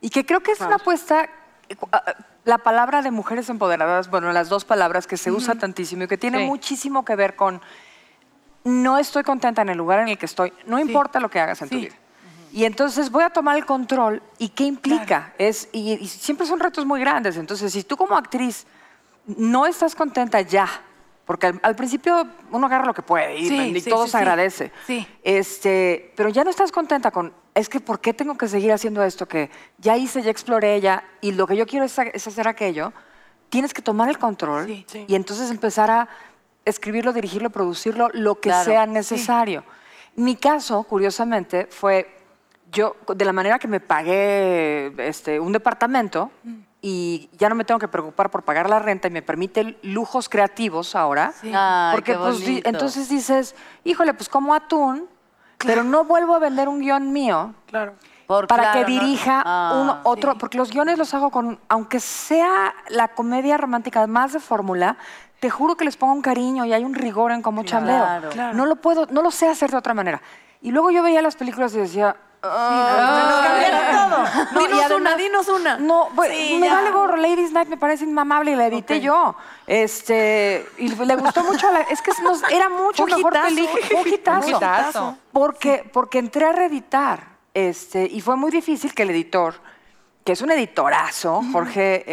Speaker 5: Y que creo que es una apuesta, eh, cu- ah, ah, la palabra de mujeres empoderadas, bueno, las dos palabras que se usa tantísimo y que tiene
Speaker 2: Sí.
Speaker 5: muchísimo que ver con
Speaker 12: no estoy contenta en el lugar en el que estoy, no importa lo que hagas en tu vida. Y entonces voy a tomar el control y qué implica. Es, y, y siempre son retos muy grandes. Entonces, si tú como actriz no estás contenta ya, porque al, al principio uno agarra lo que puede y,
Speaker 6: Sí,
Speaker 12: y
Speaker 6: sí,
Speaker 12: todo
Speaker 6: sí,
Speaker 12: se
Speaker 6: sí.
Speaker 12: agradece.
Speaker 6: Sí.
Speaker 12: Este, pero ya no estás contenta con, es que ¿por qué tengo que seguir haciendo esto que ya hice, ya exploré, ya, y lo que yo quiero es, ha- es hacer aquello? Tienes que tomar el control
Speaker 6: Sí, sí.
Speaker 12: y entonces empezar a escribirlo, dirigirlo, producirlo, lo que
Speaker 4: Claro.
Speaker 12: sea necesario. Mi caso, curiosamente, fue yo, de la manera que me pagué este, un departamento
Speaker 6: Mm.
Speaker 12: y ya no me tengo que preocupar por pagar la renta y me permite lujos creativos ahora.
Speaker 4: Ay,
Speaker 12: porque
Speaker 4: qué
Speaker 12: pues, di-
Speaker 4: bonito.
Speaker 12: entonces dices, híjole, pues como atún, pero no vuelvo a vender un guión mío
Speaker 3: Claro.
Speaker 4: Por-
Speaker 12: para
Speaker 4: claro,
Speaker 12: que
Speaker 4: no-
Speaker 12: dirija
Speaker 4: Ah,
Speaker 12: uno otro, porque los guiones los hago con, aunque sea la comedia romántica más de fórmula, te juro que les pongo un cariño y hay un rigor en cómo
Speaker 4: Claro.
Speaker 12: chableo. No lo puedo, no lo sé hacer de otra manera. Y luego yo veía las películas y decía,
Speaker 3: dinos una, dinos una.
Speaker 12: no, pues,
Speaker 3: Sí,
Speaker 12: me
Speaker 3: ya.
Speaker 12: vale gorro. Ladies Night me parece inmamable y la edité yo. Este, y le gustó mucho a la. Es que nos- era mucho
Speaker 3: Fue un
Speaker 12: mejor
Speaker 3: hitazo.
Speaker 12: película. Fue un hitazo.
Speaker 2: Fue un hitazo.
Speaker 12: Porque, porque entré a reeditar. Este, y fue muy difícil que el editor, que es un editorazo, Jorge eh,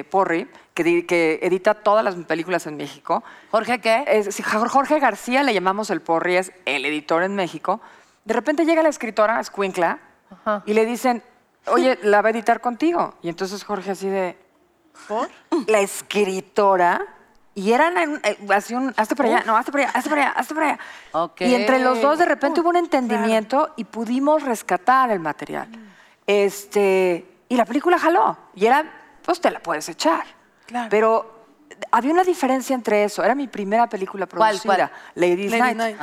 Speaker 12: eh, Porri, que, di- que edita todas las películas en México,
Speaker 4: ¿Jorge qué?
Speaker 12: es- si Jor- Jorge García, le llamamos el Porri, es el editor en México. De repente llega la escritora, Escuincla, y le dicen, oye, la va a editar contigo. Y entonces Jorge así de... ¿Por? La escritora. Y eran en- eh, así un, hazte para allá, no, hazte para allá, hazte para allá, hazte para allá.
Speaker 4: Ok.
Speaker 12: Y entre los dos de repente hubo un entendimiento y pudimos rescatar el material. Este, y la película jaló. Y era, pues te la puedes echar.
Speaker 6: Claro.
Speaker 12: Pero había una diferencia entre eso. Era mi primera película
Speaker 4: ¿Cuál,
Speaker 12: producida,
Speaker 4: cuál?
Speaker 12: Ladies, Night.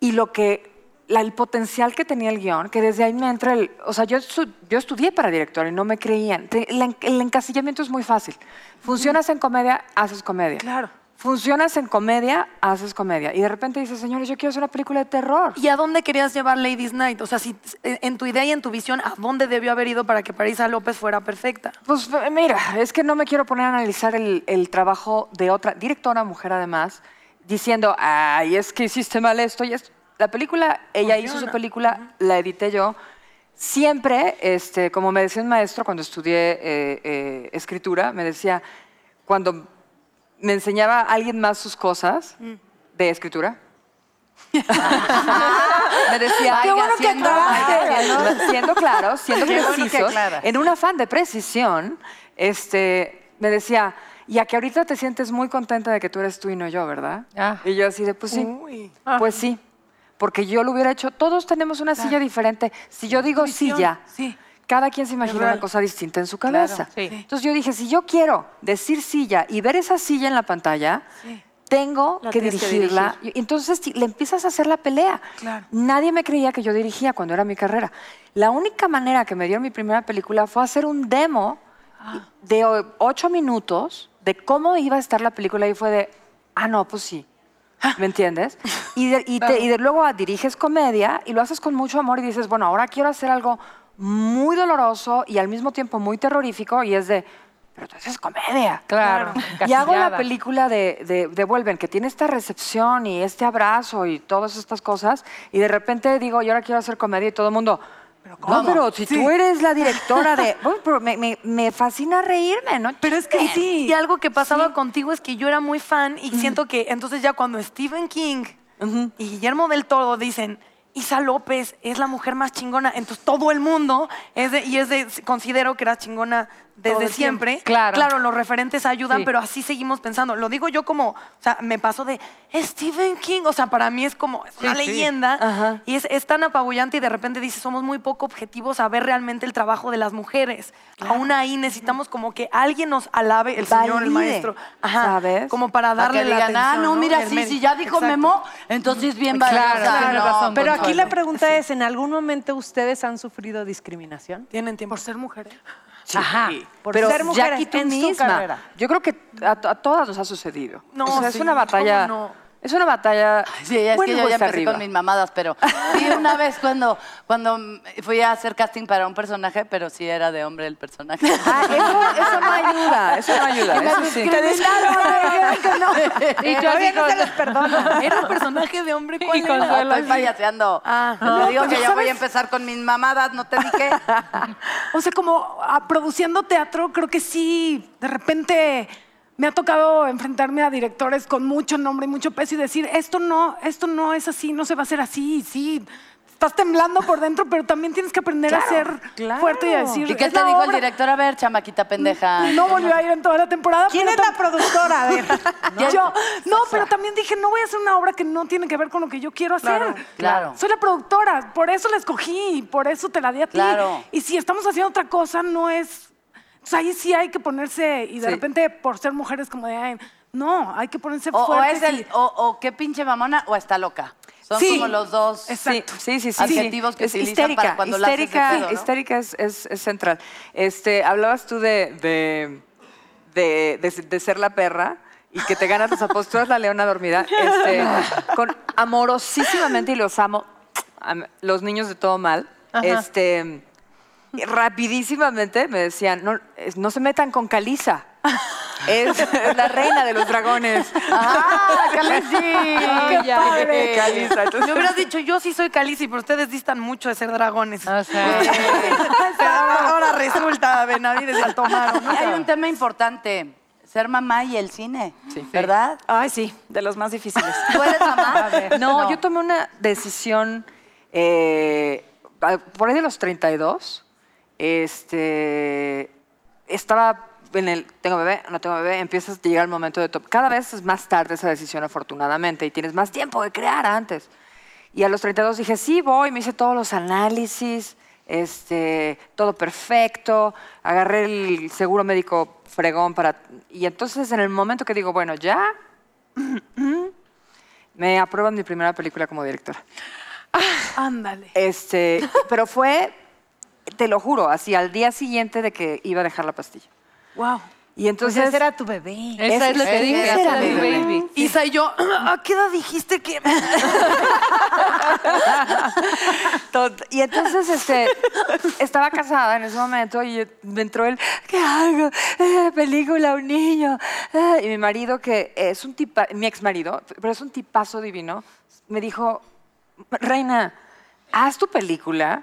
Speaker 12: Y lo que, la- el potencial que tenía el guión, que desde ahí me entra el, o sea, yo, estu- yo estudié para director y no me creían. Te- El, en- el encasillamiento es muy fácil. Funcionas en comedia, haces comedia.
Speaker 6: Claro.
Speaker 12: Funcionas en comedia, haces comedia. Y de repente dices, señores, yo quiero hacer una película de terror.
Speaker 3: ¿Y a dónde querías llevar Ladies Night? O sea, si en tu idea y en tu visión, ¿a dónde debió haber ido para que Parisa López fuera perfecta?
Speaker 12: Pues eh, mira, es que no me quiero poner a analizar el, el trabajo de otra directora mujer además, diciendo, ay, es que hiciste mal esto y esto. La película, ella hizo su película, la edité yo. Siempre, este, como me decía un maestro cuando estudié eh, eh, escritura, me decía, cuando me enseñaba alguien más sus cosas de escritura,
Speaker 4: Me decía, "Ay, haciendo magia, ¿no?".
Speaker 12: siendo claro, siendo
Speaker 4: Qué bueno que
Speaker 12: precisos,
Speaker 4: aclara.
Speaker 12: en un afán de precisión, este, me decía, ya que ahorita te sientes muy contenta de que tú eres tú y no yo, ¿verdad?
Speaker 2: Ah.
Speaker 12: Y yo así de, pues sí,
Speaker 6: Ah.
Speaker 12: pues sí, porque yo lo hubiera hecho, todos tenemos una silla diferente, si yo digo silla,
Speaker 6: sí.
Speaker 12: cada quien se imagina una cosa distinta en su cabeza.
Speaker 2: Sí. Sí.
Speaker 12: Entonces yo dije, si yo quiero decir silla y ver esa silla en la pantalla, tengo que dirigirla. Y Entonces ti- le empiezas a hacer la pelea.
Speaker 6: Claro.
Speaker 12: Nadie me creía que yo dirigía cuando era mi carrera. La única manera que me dieron mi primera película fue hacer un demo de o- ocho minutos de cómo iba a estar la película y fue de, ah, no, pues sí. ¿Me entiendes? Y, de, y te- y de luego ah, diriges comedia y lo haces con mucho amor y dices, bueno, ahora quiero hacer algo muy doloroso y al mismo tiempo muy terrorífico y es de, pero tú haces comedia.
Speaker 2: Claro.
Speaker 12: Y hago la
Speaker 2: encasillada.
Speaker 12: película de, de, de Vuelven, que tiene esta recepción y este abrazo y todas estas cosas, y de repente digo, yo ahora quiero hacer comedia y todo el mundo... ¿Pero No, pero si tú eres la directora de... Bueno, pero me, me- me fascina reírme, ¿no? Pero es que sí.
Speaker 3: Y algo que pasaba contigo es que yo era muy fan y siento que entonces ya cuando Stephen King y Guillermo del Toro dicen, Isa López es la mujer más chingona, entonces todo el mundo es de, y es de, considero que eras chingona desde siempre.
Speaker 2: Claro.
Speaker 3: los referentes ayudan,
Speaker 2: Sí.
Speaker 3: pero así seguimos pensando. Lo digo yo como, o sea, me paso de Stephen King, o sea, para mí es como es una
Speaker 2: Sí, sí.
Speaker 3: leyenda y es, es tan apabullante y de repente dices, somos muy poco objetivos a ver realmente el trabajo de las mujeres. Aún ahí necesitamos como que alguien nos alabe, el señor, el
Speaker 12: Valide,
Speaker 3: maestro, Ajá,
Speaker 12: ¿sabes?
Speaker 3: como para
Speaker 4: Para
Speaker 3: darle
Speaker 4: que digan,
Speaker 3: la
Speaker 4: ah,
Speaker 3: atención.
Speaker 4: no, mira,
Speaker 3: El
Speaker 4: sí,
Speaker 3: mérito".
Speaker 4: si ya dijo
Speaker 3: Exacto.
Speaker 4: Memo, entonces bien
Speaker 2: Claro,
Speaker 4: valiosa.
Speaker 2: tienes
Speaker 4: No,
Speaker 2: razón,
Speaker 1: Pero
Speaker 2: Consuelo.
Speaker 1: aquí la pregunta es, ¿en algún momento ustedes han sufrido discriminación?
Speaker 3: Tienen tiempo.
Speaker 6: Por ser ¿eh? mujeres.
Speaker 12: Ajá.
Speaker 1: Por
Speaker 12: pero
Speaker 1: ser mujeres
Speaker 12: Jackie, tú
Speaker 1: en su
Speaker 12: misma.
Speaker 1: carrera.
Speaker 12: Yo creo que a, a todas nos ha sucedido.
Speaker 3: No,
Speaker 12: O sea, es
Speaker 3: sí,
Speaker 12: una batalla
Speaker 3: ¿cómo no? Es una batalla.
Speaker 4: Sí, es
Speaker 3: bueno,
Speaker 4: que yo ya
Speaker 3: cuesta
Speaker 4: empecé
Speaker 3: arriba.
Speaker 4: con mis mamadas, pero sí, una vez cuando, cuando fui a hacer casting para un personaje, pero sí era de hombre el personaje.
Speaker 3: Ah, eso, eso no ayuda, eso no ayuda.
Speaker 4: Y me
Speaker 3: eso sí.
Speaker 4: discriminaron, me dijeron que no.
Speaker 2: Y yo
Speaker 4: Todavía no
Speaker 2: digo-
Speaker 4: se los perdono.
Speaker 13: Era un personaje de hombre, ¿cuál
Speaker 2: Y con-
Speaker 13: era?
Speaker 4: No, estoy payaseando.
Speaker 13: Ah.
Speaker 4: Te digo que ya voy a empezar con mis mamadas, no te dije.
Speaker 6: O sea, como ah, produciendo teatro, creo que sí, de repente me ha tocado enfrentarme a directores con mucho nombre y mucho peso y decir, esto no, esto no es así, no se va a hacer así, y sí. Estás temblando por dentro, pero también tienes que aprender a ser fuerte y a decir.
Speaker 4: ¿Y qué
Speaker 6: "Es
Speaker 4: te
Speaker 6: la
Speaker 4: dijo el
Speaker 6: obra".
Speaker 4: director? A ver, chamaquita
Speaker 3: Mm,
Speaker 4: pendeja.
Speaker 6: No volvió a ir en toda la temporada.
Speaker 1: ¿Quién
Speaker 6: pero
Speaker 1: es la
Speaker 6: tam-
Speaker 1: productora? A ver.
Speaker 6: Yo, no, pero también dije, no voy a hacer una obra que no tiene que ver con lo que yo quiero hacer.
Speaker 4: Claro, claro.
Speaker 6: Soy la productora, por eso la escogí, y por eso te la di a ti.
Speaker 4: Claro.
Speaker 6: Y si estamos haciendo otra cosa, no es... O sea, ahí sí hay que ponerse, y de
Speaker 3: Sí.
Speaker 6: repente por ser mujeres como de, "Ay, no, hay que ponerse
Speaker 3: mm,
Speaker 4: O, o
Speaker 6: fuertes.
Speaker 4: es el,
Speaker 6: y-
Speaker 4: o, o qué pinche mamona, o está loca. Son
Speaker 3: Sí.
Speaker 4: como los dos.
Speaker 6: Exacto.
Speaker 3: Sí, sí, sí. sí.
Speaker 4: Adjetivos que
Speaker 3: es
Speaker 4: utilizan
Speaker 3: histérica,
Speaker 4: para cuando la haces de
Speaker 3: histérica,
Speaker 4: pedo, ¿no?
Speaker 3: histérica es, es- es central. Este, hablabas tú de, de, de- de- de ser la perra y que te ganas los apóstoles, la leona dormida. Este, con amorosísimamente, y los amo, am- los niños de todo mal. Este, y rapidísimamente me decían, no, es- no se metan con Caliza. Es la reina de los dragones.
Speaker 4: ¡Ah, Calici!
Speaker 3: Ay, ya, Caliza. Entonces,
Speaker 13: Yo hubiera dicho, yo sí soy Calici, pero ustedes distan mucho de ser dragones.
Speaker 2: O sea,
Speaker 13: Pero ahora, ahora resulta, Benavides al tomar, ¿no?
Speaker 4: Y hay un tema importante, ser mamá y el cine, ¿verdad?
Speaker 12: Ay, sí, de los más difíciles.
Speaker 4: ¿Tú eres mamá?
Speaker 3: No, yo tomé una decisión eh, a- por ahí de los 32. Este, estaba en el, tengo bebé, no tengo bebé, empiezas a llegar el momento de... to- Cada vez es más tarde esa decisión, afortunadamente, y tienes más tiempo de crear antes. Y a los 32 dije, sí, voy, me hice todos los análisis, este, todo perfecto, agarré el seguro médico fregón para... Y entonces en el momento que digo, bueno, ya, me aprueban mi primera película como directora.
Speaker 6: Ándale.
Speaker 3: Este, pero fue, te lo juro, así al día siguiente de que iba a dejar la pastilla.
Speaker 6: Wow.
Speaker 3: Y entonces
Speaker 12: era tu bebé.
Speaker 2: esa es lo que
Speaker 4: ese
Speaker 2: dije.
Speaker 4: era
Speaker 2: esa es
Speaker 4: mi
Speaker 2: mi baby.
Speaker 13: Isa y yo, ¿a qué edad dijiste que...?
Speaker 3: Tot- Y entonces este, estaba casada en ese momento y me entró el, ¿qué hago? Eh, película, un niño. Eh, Y mi marido, que es un tipa, mi ex marido, pero es un tipazo divino, me dijo, Reina, haz tu película,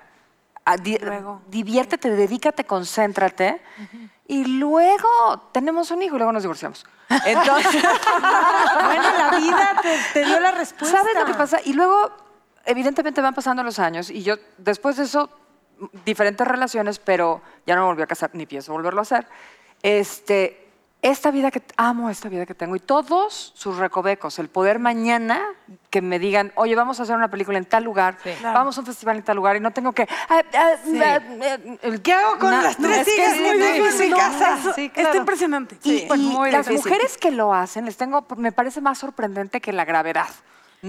Speaker 3: a- di- diviértete, dedícate, concéntrate. Y luego tenemos un hijo y luego nos divorciamos. Entonces,
Speaker 1: Bueno, la vida te, te dio la respuesta.
Speaker 3: ¿Sabes lo que pasa? Y luego, evidentemente van pasando los años y yo, después de eso, m- diferentes relaciones, pero ya no me volví a casar ni pienso volverlo a hacer. Este, esta vida que amo, esta vida que tengo y todos sus recovecos, el poder mañana que me digan, oye, vamos a hacer una película en tal lugar, vamos a un festival en tal lugar y no tengo que. ah, ah, ah, ah,
Speaker 1: ¿Qué hago con
Speaker 3: Na-
Speaker 1: las
Speaker 3: no,
Speaker 1: tres
Speaker 3: es que
Speaker 1: hijas
Speaker 3: sí,
Speaker 1: que
Speaker 3: no,
Speaker 1: tengo en mi
Speaker 3: no,
Speaker 1: casa?
Speaker 6: Eso Está impresionante.
Speaker 3: y, y
Speaker 6: muy
Speaker 3: las
Speaker 6: difícil.
Speaker 3: mujeres que lo hacen, les tengo, me parece más sorprendente que la gravedad.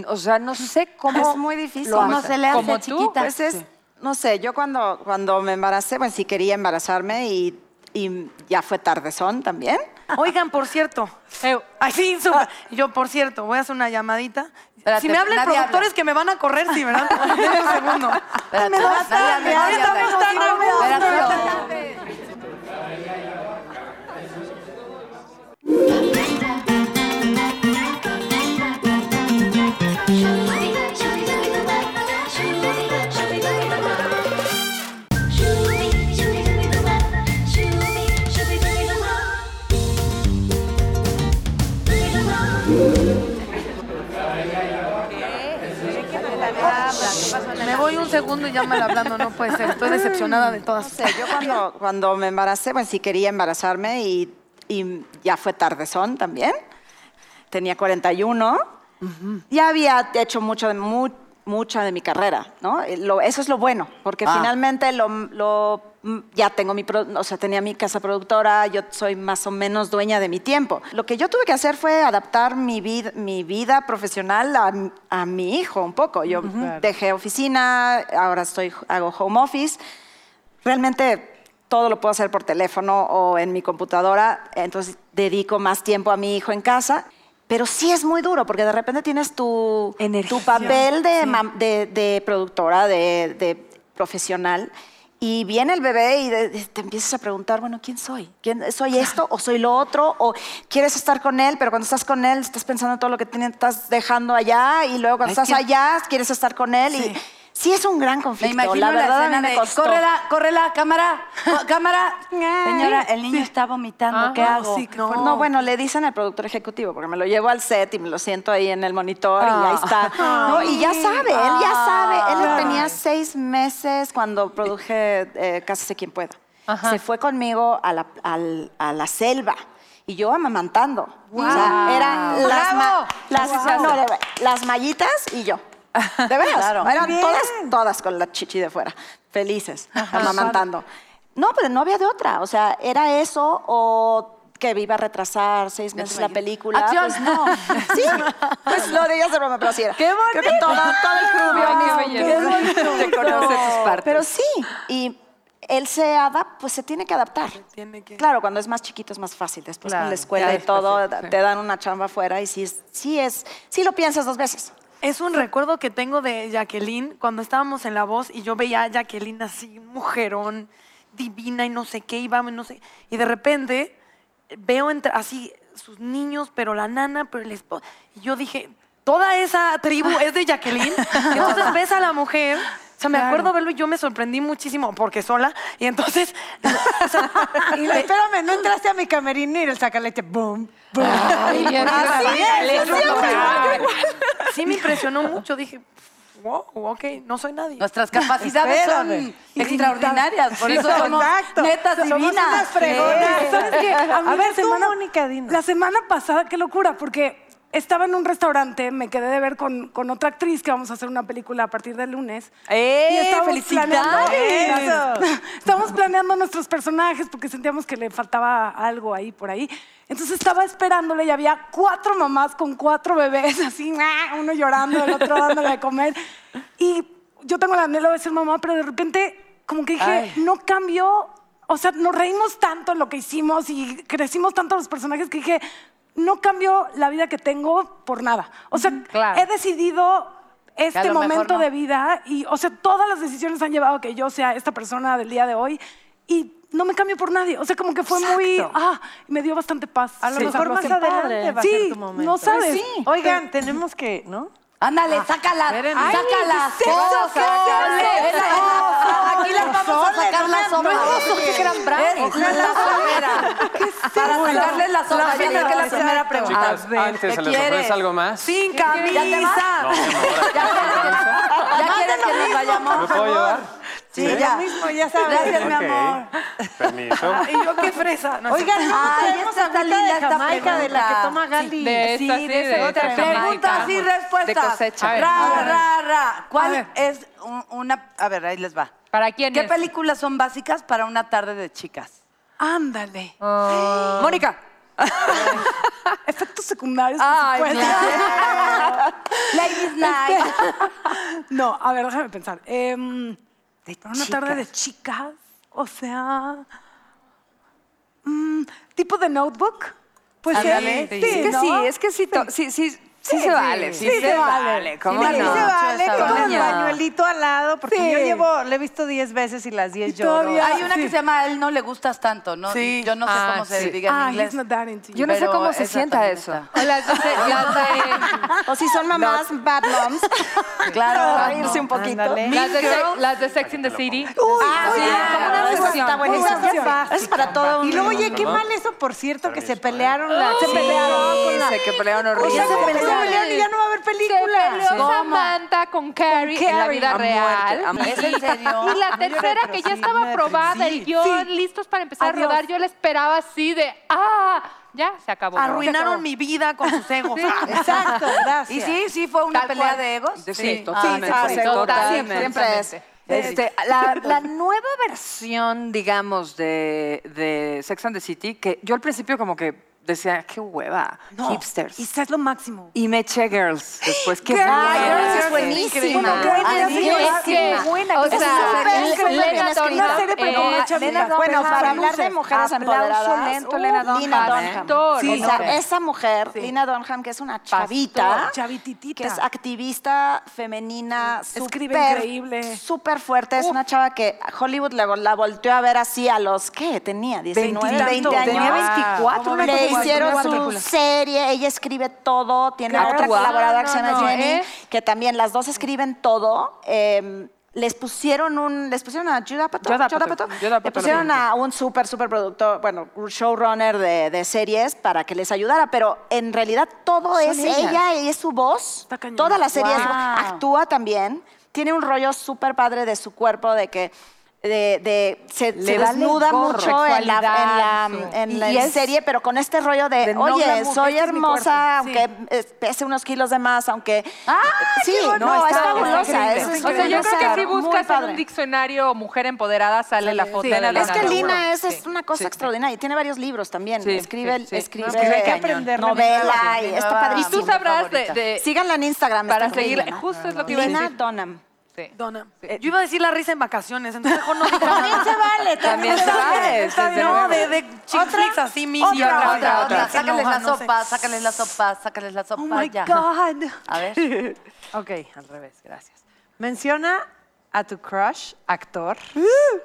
Speaker 3: O sea, no sé cómo.
Speaker 12: Es muy difícil.
Speaker 3: lo
Speaker 12: ¿Cómo
Speaker 3: hacen.
Speaker 12: se
Speaker 4: le hace,
Speaker 3: Como tú.
Speaker 4: chiquita?
Speaker 12: Pues es, no sé, yo cuando, cuando me embaracé, bueno, sí quería embarazarme y, y ya fue tardezón también.
Speaker 13: Oigan, por cierto. Ay, sí, súper. Y Yo, por cierto, voy a hacer una llamadita.
Speaker 4: Espérate,
Speaker 13: si me hablan
Speaker 4: nadie
Speaker 13: productores
Speaker 4: habla.
Speaker 13: que me van a correr, sí, ¿verdad? Deme un segundo.
Speaker 4: Espérate, nadie hable, nadie
Speaker 13: Ahorita
Speaker 4: hable.
Speaker 13: me están
Speaker 4: Espérate,
Speaker 13: nerviosa. Me voy un segundo y ya me la hablando, no puede ser. Estoy decepcionada de
Speaker 12: No
Speaker 13: todas.
Speaker 12: sé, Pues yo cuando, cuando me embaracé, bueno, sí quería embarazarme y, y ya fue tardezón también. Tenía 41. Ya había hecho mucho de, mu- mucha de mi carrera, ¿no? Eh, lo- eso es lo bueno, porque
Speaker 4: Ah.
Speaker 12: finalmente lo, lo- mm, ya tengo mi, pro- o sea, tenía mi casa productora, yo soy más o menos dueña de mi tiempo. Lo que yo tuve que hacer fue adaptar mi, vid- mi vida profesional a, m- a mi hijo un poco. Yo dejé oficina, ahora estoy, hago home office realmente todo lo puedo hacer por teléfono o en mi computadora, entonces dedico más tiempo a mi hijo en casa Pero sí es muy duro, porque de repente tienes tu,
Speaker 6: Energía,
Speaker 12: tu papel de, mam- de- de productora, de, de profesional, y viene el bebé y de- de- te empiezas a preguntar, bueno, ¿quién soy? ¿Quién, ¿Soy esto o soy lo otro? ¿O quieres estar con él, pero cuando estás con él estás pensando en todo lo que tiene- estás dejando allá, y luego cuando
Speaker 5: Ay,
Speaker 12: estás
Speaker 5: qué-
Speaker 12: allá quieres estar con él? Y sí es un gran
Speaker 4: Me
Speaker 12: conflicto,
Speaker 4: imagino
Speaker 12: la
Speaker 4: la,
Speaker 12: verdad a
Speaker 4: escena
Speaker 12: mí me
Speaker 4: de,
Speaker 12: costó.
Speaker 4: corre la, corre la cámara, co- cámara.
Speaker 12: Señora, el niño está vomitando, ¿qué hago?
Speaker 6: sí, qué
Speaker 12: no.
Speaker 6: fuerte.
Speaker 12: no, bueno, le dicen al productor ejecutivo, porque me lo llevo al set y me lo siento ahí en el monitor y ahí está. No, y ya sabe, él ya sabe. Él tenía seis meses cuando produje eh, Cásese quien pueda. Se fue conmigo a la, al- a la selva y yo amamantando. O sea, eran las, ma- las, no, de- las mallitas y yo. De veras, eran todas, todas con la chichi de fuera, felices, amamantando. No, pero no había de otra. O sea, era eso o que iba a retrasar seis meses la película.
Speaker 5: ¡Acción!
Speaker 12: Pues no. Sí, pues lo de ella se broma, pero así era. ¡Qué Creo que todo, todo el club vio
Speaker 5: Ay,
Speaker 12: mis-
Speaker 5: qué belleza. Reconoce sus partes.
Speaker 12: Pero sí, y él se adapta, pues se tiene que adaptar. Claro, cuando es más chiquito es más fácil. Después
Speaker 2: Claro,
Speaker 12: con la escuela
Speaker 2: ya
Speaker 12: y
Speaker 2: es
Speaker 12: todo,
Speaker 2: fácil, sí.
Speaker 12: te dan una chamba afuera y sí, es- sí es, sí lo piensas dos veces.
Speaker 3: Es un recuerdo que tengo de Jacqueline cuando estábamos en La Voz y yo veía a Jacqueline así, mujerón, divina y no sé qué, y vamos, y no sé. Y de repente veo entre- así sus niños, pero la nana, pero el esposo. Y yo dije, toda esa tribu es de Jacqueline. Entonces ves a la mujer. O sea, me acuerdo verlo y yo me sorprendí muchísimo porque sola. Y entonces, o sea,
Speaker 1: Y le- espérame, no entraste a mi camerino y el sacalete, boom, boom.
Speaker 3: sí me impresionó mucho. Dije, wow, ok, no soy nadie.
Speaker 4: Nuestras capacidades son
Speaker 1: Espérame.
Speaker 4: extraordinarias, por eso somos
Speaker 1: Exacto.
Speaker 4: netas
Speaker 1: Somos
Speaker 4: divinas.
Speaker 1: unas fregonas.
Speaker 6: ¿Sabes qué? A mí
Speaker 1: A
Speaker 6: la
Speaker 1: ver, tú,
Speaker 6: semana-
Speaker 1: Mónica, dinos.
Speaker 6: La semana pasada, qué locura, porque estaba en un restaurante, me quedé de ver con, con otra actriz que vamos a hacer una película a partir del lunes.
Speaker 5: ¡Eh!
Speaker 6: estábamos
Speaker 5: ¡Felicidades!
Speaker 6: planeando- Estábamos planeando nuestros personajes porque sentíamos que le faltaba algo ahí por ahí. Entonces estaba esperándole y había cuatro mamás con cuatro bebés, así, ¡mua! uno llorando, el otro dándole de comer. Y yo tengo el anhelo de ser mamá, pero de repente como que dije,
Speaker 5: Ay.
Speaker 6: no cambió, o sea, nos reímos tanto en lo que hicimos y crecimos tanto los personajes que dije, no cambió la vida que tengo por nada. O sea,
Speaker 2: claro.
Speaker 6: he decidido este
Speaker 5: lo mejor
Speaker 6: momento
Speaker 5: no.
Speaker 6: de vida y, o sea, todas las decisiones han llevado a que yo sea esta persona del día de hoy y no me cambio por nadie. O sea, como que fue muy, ah, me dio bastante paz.
Speaker 1: A lo
Speaker 6: Sí.
Speaker 1: mejor más
Speaker 6: Bastante padre.
Speaker 1: adelante va a
Speaker 6: sí,
Speaker 1: ser tu momento.
Speaker 6: no sabes.
Speaker 1: Pues sí. Oigan, tenemos que, ¿no?
Speaker 4: Ándale, sácalas,
Speaker 5: espérenme.
Speaker 4: sácalas.
Speaker 5: Ay,
Speaker 4: Sácalas.
Speaker 5: sácalas.
Speaker 4: Esa, esa. Aquí las vamos a sacar las sombras. Ojalá sombrera. Para sacarle la sombra, ya saqué la primera pregunta.
Speaker 14: Chicas, antes se les ofrece algo más.
Speaker 3: Sin camisa.
Speaker 14: No, mi amor,
Speaker 4: ¿Ya quieres que nos vayamos?
Speaker 14: ¿Me puedo ayudar?
Speaker 4: Sí, ya.
Speaker 1: mismo, ya sabes.
Speaker 4: Gracias, mi
Speaker 14: Ok.
Speaker 4: amor.
Speaker 14: Permiso.
Speaker 3: Y yo qué fresa. No,
Speaker 1: Oigan, no
Speaker 4: Ay,
Speaker 1: tenemos
Speaker 4: esta está
Speaker 1: agüita
Speaker 4: linda
Speaker 1: de
Speaker 4: esta
Speaker 1: Jamaica, de la
Speaker 4: pregunta.
Speaker 1: que toma Gali.
Speaker 2: de esta, sí, de esta
Speaker 4: Preguntas y
Speaker 2: Jamaica.
Speaker 4: respuestas.
Speaker 5: De cosecha.
Speaker 4: Ra,
Speaker 2: A ver.
Speaker 4: ra, ra.
Speaker 5: A
Speaker 4: ¿Cuál
Speaker 5: ver.
Speaker 4: es un- una... A ver, ahí les va.
Speaker 2: ¿Para quién
Speaker 4: ¿Qué
Speaker 2: es?
Speaker 4: películas son básicas para una tarde de chicas?
Speaker 6: Ándale.
Speaker 1: Ah.
Speaker 5: Mónica.
Speaker 6: Efectos secundarios, por
Speaker 5: Ay,
Speaker 6: supuesto.
Speaker 4: Ladies Night.
Speaker 6: No, a ver, déjame pensar. Em, para una tarde de chicas, o sea, mm, tipo de notebook. Pues
Speaker 4: Ándale,
Speaker 6: sí,
Speaker 4: sí.
Speaker 5: Es que
Speaker 6: ¿no?
Speaker 5: sí, es que sí, to- sí, sí, sí, se vale. Sí, se vale. ¿Cómo
Speaker 1: La
Speaker 4: Sí,
Speaker 1: que
Speaker 4: no?
Speaker 1: se vale
Speaker 4: Esa
Speaker 1: con el
Speaker 5: doña.
Speaker 1: pañuelito al lado, porque
Speaker 6: Sí.
Speaker 1: yo llevo, le he visto 10 veces y las 10 lloro.
Speaker 6: todavía-
Speaker 4: Hay una que se llama Él no le gustas tanto, ¿no?
Speaker 5: Sí.
Speaker 4: Yo no sé
Speaker 2: Ah,
Speaker 4: cómo se
Speaker 2: sí.
Speaker 4: diga en
Speaker 6: Ah,
Speaker 4: inglés.
Speaker 6: he's not that into you.
Speaker 5: Yo no sé
Speaker 4: Pero
Speaker 5: cómo se
Speaker 4: esa
Speaker 5: sienta
Speaker 4: también
Speaker 5: eso.
Speaker 4: está.
Speaker 2: O las de- las de-
Speaker 12: O si son mamás bad moms.
Speaker 1: Ah,
Speaker 4: Claro.
Speaker 12: Reírse un poquito.
Speaker 2: las de Sex- las de Sex in the City.
Speaker 12: Ah,
Speaker 2: sí, como una
Speaker 4: Pues,
Speaker 12: esa
Speaker 2: obsesión.
Speaker 12: está buenísima.
Speaker 1: Esa es
Speaker 12: Esa
Speaker 1: básica.
Speaker 12: es para todo un...
Speaker 1: Y luego, oye, qué mal eso, ¿eh? por cierto, que se pelearon la...
Speaker 5: Se pelearon con la... que pelearon horrible.
Speaker 1: Ya se pelearon y ya no va a haber
Speaker 2: Se
Speaker 1: película.
Speaker 2: peleó Samantha con Carrie, en la
Speaker 5: Carrie.
Speaker 2: vida
Speaker 5: A
Speaker 2: real.
Speaker 5: muerte, a muerte.
Speaker 4: ¿Es en serio?
Speaker 2: Y la
Speaker 1: No lloré,
Speaker 2: tercera
Speaker 1: pero
Speaker 2: que ya
Speaker 1: sí,
Speaker 2: estaba
Speaker 1: me-
Speaker 2: aprobada, el guión, listos para empezar
Speaker 6: Adiós.
Speaker 2: a rodar, yo la esperaba así de, ah, ya se acabó.
Speaker 3: Arruinaron mi vida con sus egos.
Speaker 1: Exacto, gracias.
Speaker 4: Y sí, sí fue una
Speaker 2: Tal
Speaker 4: pelea
Speaker 2: cual.
Speaker 4: de egos.
Speaker 5: Sí,
Speaker 4: Ah,
Speaker 5: totalmente.
Speaker 4: sí,
Speaker 2: totalmente.
Speaker 4: Siempre es.
Speaker 5: Este, la, la nueva versión, digamos, de, de Sex and the City, que yo al principio como que decía, qué hueva, hipsters.
Speaker 6: Y esa es lo máximo.
Speaker 5: Y me eché Girls después. ¡Qué
Speaker 12: Girls,
Speaker 5: buena.
Speaker 12: Girls es buenísima.
Speaker 2: Buenísima. O sea,
Speaker 12: súper, súper
Speaker 2: Lena
Speaker 12: bien escrita.
Speaker 2: Dunham,
Speaker 12: Una serie, pero
Speaker 2: eh,
Speaker 12: con mucha
Speaker 2: Lena
Speaker 12: vida.
Speaker 2: Dunham
Speaker 12: Bueno,
Speaker 2: es
Speaker 12: para
Speaker 2: una
Speaker 12: hablar de mujeres empoderadas,
Speaker 5: lento,
Speaker 12: uh,
Speaker 5: Lena
Speaker 12: Lina
Speaker 5: Dunham.
Speaker 12: Dunham.
Speaker 2: Pastor,
Speaker 12: Sí,
Speaker 2: ¿no?
Speaker 12: o sea,
Speaker 4: este,
Speaker 12: esa mujer, Lina Dunham, que es una chavita,
Speaker 6: Chavititita.
Speaker 12: que es activista femenina,
Speaker 6: Escribe
Speaker 12: súper,
Speaker 6: increíble.
Speaker 12: súper fuerte. Es una chava que Hollywood la, la volteó a ver así a los, ¿qué? Tenía 19, 20 años.
Speaker 5: Tenía 24, una cosa
Speaker 12: Le
Speaker 5: así.
Speaker 12: hicieron
Speaker 5: Cuatro
Speaker 12: su
Speaker 5: películas.
Speaker 12: serie, ella escribe todo, tiene
Speaker 2: Claro.
Speaker 12: otra
Speaker 2: Actúa.
Speaker 12: colaboradora que se
Speaker 2: No,
Speaker 12: llama
Speaker 2: no, no,
Speaker 12: Jenny,
Speaker 2: ¿eh?
Speaker 12: que también las dos escriben todo. eh, les pusieron un, les pusieron a Judd Apatow,
Speaker 5: Judd
Speaker 12: Judd
Speaker 5: Apatow,
Speaker 12: Apatow,
Speaker 5: Judd Apatow.
Speaker 12: le pusieron a un súper, súper productor, bueno, showrunner de, de series para que les ayudara, pero en realidad todo es
Speaker 5: ellas.
Speaker 12: ella, y es su voz,
Speaker 6: Está cañón.
Speaker 12: toda la serie es su voz. Wow. actúa también, tiene un rollo súper padre de su cuerpo, de que de, de- se,
Speaker 5: Le
Speaker 12: se
Speaker 5: vale
Speaker 12: desnuda
Speaker 5: gorro.
Speaker 12: mucho en la, en la-
Speaker 5: Sexualidad,
Speaker 12: en
Speaker 5: sí.
Speaker 12: la
Speaker 5: Y es-
Speaker 12: serie, pero con este rollo de,
Speaker 5: de no
Speaker 12: oye,
Speaker 5: glamour,
Speaker 12: soy
Speaker 5: este es mi
Speaker 12: hermosa,
Speaker 5: cuerpo", sí.
Speaker 12: aunque eh, pese unos kilos de más, aunque...
Speaker 5: ¡Ah,
Speaker 12: sí,
Speaker 5: qué bonito!
Speaker 12: no, es
Speaker 5: Está
Speaker 12: fabulosa.
Speaker 5: increíble.
Speaker 12: es- es
Speaker 2: O sea, yo creo
Speaker 12: fabulosa,
Speaker 2: que si
Speaker 12: muy
Speaker 2: buscas en
Speaker 12: padre.
Speaker 2: un diccionario mujer empoderada sale la foto de Lena
Speaker 12: Es que
Speaker 2: Dunham.
Speaker 12: Lina es, es una cosa extraordinaria y tiene varios libros también.
Speaker 5: Sí,
Speaker 12: escribe,
Speaker 5: sí, sí.
Speaker 12: escribe,
Speaker 5: No, pues hay que
Speaker 12: eh,
Speaker 5: aprenderle
Speaker 12: novela
Speaker 5: mi
Speaker 12: y
Speaker 4: este
Speaker 5: nueva-
Speaker 12: está
Speaker 5: mi
Speaker 2: Tú
Speaker 12: padrísimo.
Speaker 2: sabrás de,
Speaker 5: favorita.
Speaker 2: de-
Speaker 12: Síganla en Instagram. está
Speaker 2: para
Speaker 12: increíble,
Speaker 2: seguir.
Speaker 12: ¿no?
Speaker 2: Justo es lo que iba a
Speaker 12: Lina
Speaker 2: decir.
Speaker 12: Donham.
Speaker 2: Sí.
Speaker 6: Dona.
Speaker 3: Eh, Yo iba a decir la risa en vacaciones, entonces mejor no digo nada.
Speaker 12: se vale,
Speaker 5: También se vale.
Speaker 3: Está bien, No, de, de chick flicks así, mini.
Speaker 4: Otra, otra, otra.
Speaker 3: Lindsay
Speaker 4: Sácales la
Speaker 3: Lohan, no sé.
Speaker 4: sopa, Oh sácales la sopa, sácales la sopa. ya. A ver.
Speaker 1: Ok, al revés, gracias. Menciona a tu crush, actor,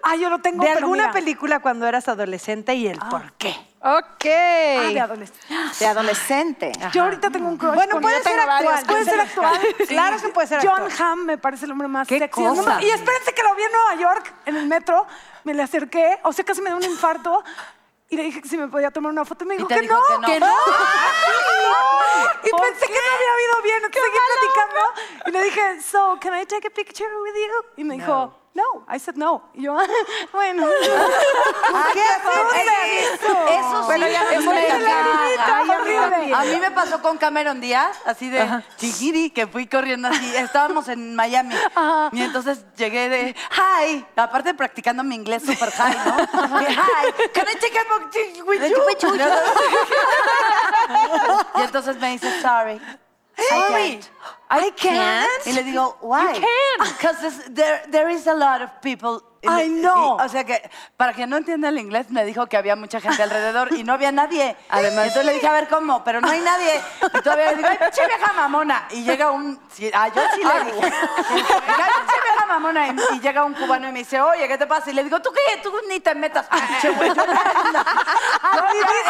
Speaker 6: Ah, yo lo tengo,
Speaker 1: de
Speaker 6: pero
Speaker 1: alguna
Speaker 6: mira.
Speaker 1: película cuando eras adolescente y el por qué.
Speaker 2: Ok.
Speaker 6: Ah, de adolescente.
Speaker 12: De adolescente.
Speaker 6: Yo ahorita tengo un crush
Speaker 1: Bueno,
Speaker 6: con-
Speaker 1: puede
Speaker 12: yo
Speaker 1: ser
Speaker 12: tengo varios,
Speaker 1: actual. Puede
Speaker 12: yo
Speaker 1: ser
Speaker 12: tengo
Speaker 1: actual. Claro que puede ser
Speaker 6: John
Speaker 1: actual.
Speaker 6: Hamm me parece el hombre más
Speaker 5: ¿Qué
Speaker 6: sexy del mundo.
Speaker 5: cosa?
Speaker 6: Y espérense que lo vi en Nueva York, en el metro, me le acerqué, o sea, casi me dio un infarto y le dije que si me podía tomar una foto y me dijo,
Speaker 4: te
Speaker 6: que,
Speaker 4: dijo
Speaker 6: no,
Speaker 4: que no.
Speaker 6: Y pensé que no había habido bien, que seguí platicando y le dije, "So, can I take a picture with you?" Y me dijo, "No." I said no. Y yo, "Ah, bueno.
Speaker 4: Ay, qué horrible. Eso sí,
Speaker 6: Bueno, ya me
Speaker 4: es
Speaker 6: puse
Speaker 4: mega.
Speaker 6: la lagrimita,
Speaker 4: Ay, amiga,
Speaker 6: horrible.
Speaker 4: A mí me pasó con Cameron Díaz, así de chiquiri, que fui corriendo así. Estábamos en Miami. Y entonces llegué de, hi. Aparte practicando mi inglés super high, ¿no? De, hi, can I take a picture with you? Y entonces me dice, sorry. I can't.
Speaker 5: I can't.
Speaker 4: Y le digo, why? Because there, there is a lot of people. in
Speaker 6: I
Speaker 4: the-
Speaker 6: know.
Speaker 4: y- o sea que, para quien no entienda el inglés, me dijo que había mucha gente alrededor y no había nadie. Además. Entonces le dije, a ver, ¿cómo? Pero no hay nadie. Y todavía le digo, ay, pinche vieja mamona. Y llega un... sí, ah, yo sí le dije. Le dije, "Ay, pinche vieja mamona. Y, y llega un cubano y me dice, oye, ¿qué te pasa? Y le digo, ¿tú qué? Tú ni te metas, pinche güey. Yo, no,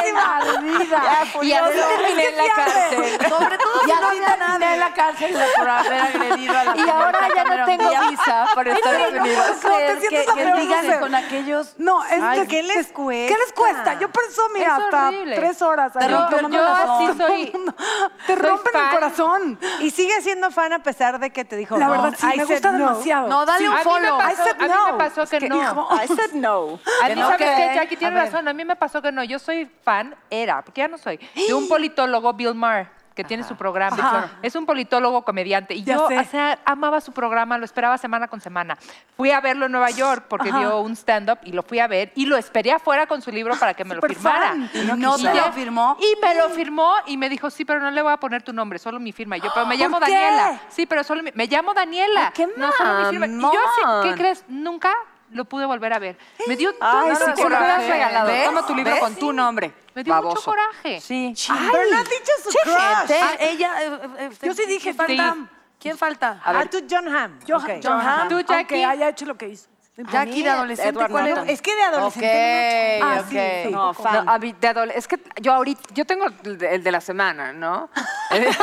Speaker 4: en la vida.
Speaker 2: Y así terminé en la cárcel.
Speaker 4: Sobre todo si Este, no había nadie en la cárcel por haber agredido a la
Speaker 5: Y ahora ya no tengo visa para Estados Unidos.
Speaker 4: No puedo creer
Speaker 6: te
Speaker 4: que,
Speaker 6: sientas
Speaker 4: que
Speaker 6: tan
Speaker 4: digan
Speaker 6: loser.
Speaker 4: con aquellos...
Speaker 6: No, es
Speaker 1: Ay,
Speaker 6: que-
Speaker 1: ¿qué les
Speaker 6: ¿Qué les cuesta? Yo por eso, mira,
Speaker 2: Es
Speaker 6: hasta
Speaker 2: horrible.
Speaker 6: tres horas. ahí
Speaker 4: Te rompe el
Speaker 6: tomando
Speaker 2: Yo
Speaker 6: la
Speaker 2: así
Speaker 6: foto.
Speaker 2: soy.
Speaker 6: Te
Speaker 2: soy
Speaker 6: rompen
Speaker 2: fan.
Speaker 6: el corazón.
Speaker 1: Y sigue siendo fan a pesar de que te dijo
Speaker 6: La
Speaker 1: no,
Speaker 6: verdad, sí,
Speaker 1: I
Speaker 6: me
Speaker 1: said
Speaker 6: gusta
Speaker 1: no.
Speaker 6: demasiado.
Speaker 3: No, dale un
Speaker 2: A mí me
Speaker 3: follow.
Speaker 2: pasó,
Speaker 6: said
Speaker 2: a mí
Speaker 6: no.
Speaker 2: me pasó que no.
Speaker 6: hijo,
Speaker 12: I said no.
Speaker 2: A mí,
Speaker 4: no,
Speaker 2: ¿sabes
Speaker 4: ok.
Speaker 2: qué? Jackie tiene
Speaker 4: A ver.
Speaker 2: razón. A mí me pasó que no. Yo soy fan, era, porque ya no soy, de un politólogo, Bill Maher, que tiene su programa. Es un politólogo comediante. Y
Speaker 6: Ya
Speaker 2: yo,
Speaker 6: sé.
Speaker 2: o sea, amaba su programa, lo esperaba semana con semana. Fui a verlo en Nueva York porque dio un stand-up y lo fui a ver y lo esperé afuera con su libro para que me lo
Speaker 6: Súper
Speaker 2: firmara.
Speaker 6: fan.
Speaker 4: Y no te lo firmó.
Speaker 2: Y me lo firmó y me dijo, sí, pero no le voy a poner tu nombre, solo mi firma. Y Yo, pero me llamo
Speaker 6: qué?
Speaker 2: Daniela. Sí, pero solo mi- me llamo Daniela.
Speaker 5: qué
Speaker 2: no solo mi firma. Y yo así, ¿qué
Speaker 5: mamón.
Speaker 2: crees? Nunca lo pude volver a ver. Me dio tanto
Speaker 5: Ay, sí, que me hubieras
Speaker 2: coraje.
Speaker 5: regalado.
Speaker 2: ¿Ves?
Speaker 5: Toma tu libro
Speaker 2: ¿Ves?
Speaker 5: con tu nombre.
Speaker 2: Me dio mucho
Speaker 5: baboso.
Speaker 2: coraje.
Speaker 5: Sí.
Speaker 1: Pero no has dicho su crush.
Speaker 3: Ah, ella, eh, eh,
Speaker 6: Yo sí
Speaker 3: ¿quién
Speaker 6: dije,
Speaker 3: falta? ¿Quién falta?
Speaker 1: A, ver. tu Ah, John Hamm.
Speaker 6: Yo,
Speaker 1: Ok.
Speaker 6: John Hamm,
Speaker 2: Tú, Jackie.
Speaker 6: aunque haya hecho lo que hizo.
Speaker 3: Jackie de adolescente,
Speaker 12: Edward
Speaker 3: ¿cuál es?
Speaker 12: Norton.
Speaker 1: Es que de adolescente.
Speaker 4: Ok,
Speaker 6: Ah,
Speaker 4: ok.
Speaker 6: sí, sí.
Speaker 4: No,
Speaker 6: No,
Speaker 5: No, a mí, de adole- es que yo ahorita, yo tengo el de, el de la semana, ¿no?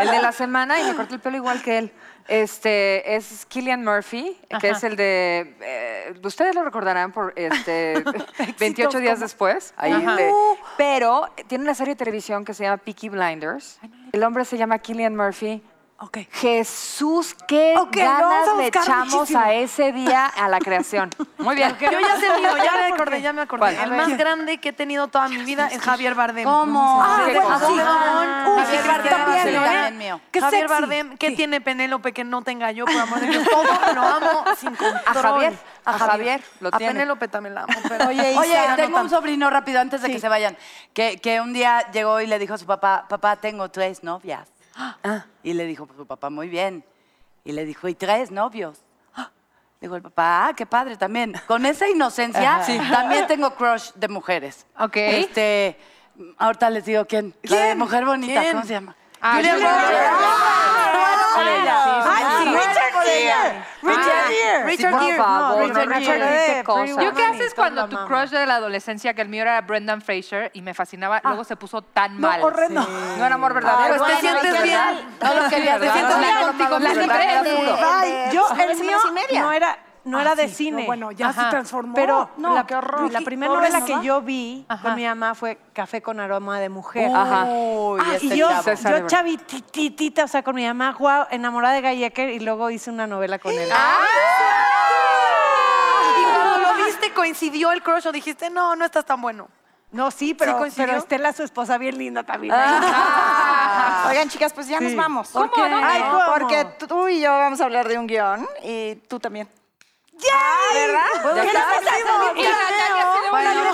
Speaker 5: el de la semana y me corté el pelo igual que él. Este es Killian Murphy, que es el de, eh, ustedes lo recordarán por este 28 días después. ahí este, de- pero tiene una serie de televisión que se llama Peaky Blinders. El hombre se llama Killian Murphy
Speaker 6: Ok.
Speaker 5: Jesús, qué
Speaker 6: Ok, lo vamos
Speaker 5: ganas
Speaker 6: a
Speaker 5: le
Speaker 6: buscar
Speaker 5: echamos
Speaker 6: muchísimo.
Speaker 5: a ese día a la creación. Muy bien.
Speaker 3: Yo ya sé el mío, ya me acordé, ya me acordé.
Speaker 5: ¿Cuál?
Speaker 3: El más grande que he tenido toda mi vida es Javier Bardem.
Speaker 4: ¿Cómo?
Speaker 3: Ah,
Speaker 5: Qué
Speaker 3: de-
Speaker 5: cosa.
Speaker 3: así,
Speaker 4: Ah,
Speaker 3: Ramón. Uy,
Speaker 4: Javier
Speaker 3: sí,
Speaker 4: Bardem,
Speaker 3: Javier
Speaker 4: sí,
Speaker 3: Bardem,
Speaker 4: también
Speaker 3: ¿eh?
Speaker 4: mío.
Speaker 6: Qué
Speaker 3: Javier
Speaker 6: sexy.
Speaker 3: Bardem, ¿qué
Speaker 6: Sí.
Speaker 3: tiene Penélope que no tenga yo? Por amor de Dios, todo lo amo sin control.
Speaker 5: A Javier, a Javier, lo
Speaker 3: a
Speaker 5: tiene.
Speaker 3: Penélope también la amo. pero-
Speaker 4: Oye,
Speaker 3: Isa, no
Speaker 4: tengo un
Speaker 3: tanto.
Speaker 4: sobrino rápido antes de que se vayan, que, que un día llegó y le dijo a su papá, papá, tengo tres novias.
Speaker 5: Ah.
Speaker 3: Ah.
Speaker 4: Y le dijo pues, su papá, muy bien. Y le dijo, y tres novios. Ah. Dijo el papá, ah, qué padre también. Con esa inocencia, también tengo crush de mujeres.
Speaker 2: Ok.
Speaker 4: Este, ahorita les digo quién. La de mujer bonita,
Speaker 3: ¿Quién?
Speaker 4: ¿cómo se llama?
Speaker 2: Ah,
Speaker 3: Julia
Speaker 2: sí,
Speaker 3: Roberts.
Speaker 5: Sí, por
Speaker 1: Richard Gere.
Speaker 5: favor, no, Richard Gere, qué cosa.
Speaker 2: ¿Yo qué haces cuando tu crush de la adolescencia, que el mío era Brendan Fraser y me fascinaba, luego se puso tan mal?
Speaker 6: horrendo.
Speaker 2: No era amor verdadero.
Speaker 3: Pues te
Speaker 2: Bueno,
Speaker 3: sientes
Speaker 2: es verdad.
Speaker 3: bien.
Speaker 4: No lo querías
Speaker 2: ¿Te
Speaker 4: decir.
Speaker 2: sientes bien
Speaker 4: Hola,
Speaker 2: contigo
Speaker 4: contigo
Speaker 2: misma? Te
Speaker 4: misma.
Speaker 2: lo juro.
Speaker 1: Ay, yo,
Speaker 12: Sobre
Speaker 1: el mío
Speaker 12: semanas y media.
Speaker 1: no era, no era de cine.
Speaker 6: No, bueno, ya
Speaker 2: Ajá.
Speaker 6: se transformó.
Speaker 1: Pero
Speaker 6: no,
Speaker 1: la, la primera
Speaker 6: Torres,
Speaker 1: novela que
Speaker 6: ¿no?
Speaker 1: yo vi
Speaker 2: Ajá.
Speaker 1: con mi mamá fue Café con aroma de mujer.
Speaker 5: Ajá.
Speaker 4: Uy,
Speaker 1: Ah,
Speaker 4: este
Speaker 1: y yo,
Speaker 4: chavo.
Speaker 5: César
Speaker 1: yo
Speaker 5: Ebro.
Speaker 1: chavititita, o sea, con mi mamá, guau, enamorada de Gallecker y luego hice una novela con él.
Speaker 3: Y cuando lo viste, coincidió el crush o dijiste, no, no estás tan bueno.
Speaker 1: No, sí, pero,
Speaker 3: coincidió?
Speaker 1: pero Estela, su esposa, bien linda también.
Speaker 12: Oigan, chicas, pues ya nos vamos.
Speaker 1: ¿Por qué? Ay, ¿cómo?
Speaker 12: Porque tú y yo vamos a hablar de un guión y tú también.
Speaker 1: ¿Qué le pasa a
Speaker 2: Mira, ya que así de
Speaker 12: Bueno,
Speaker 2: una-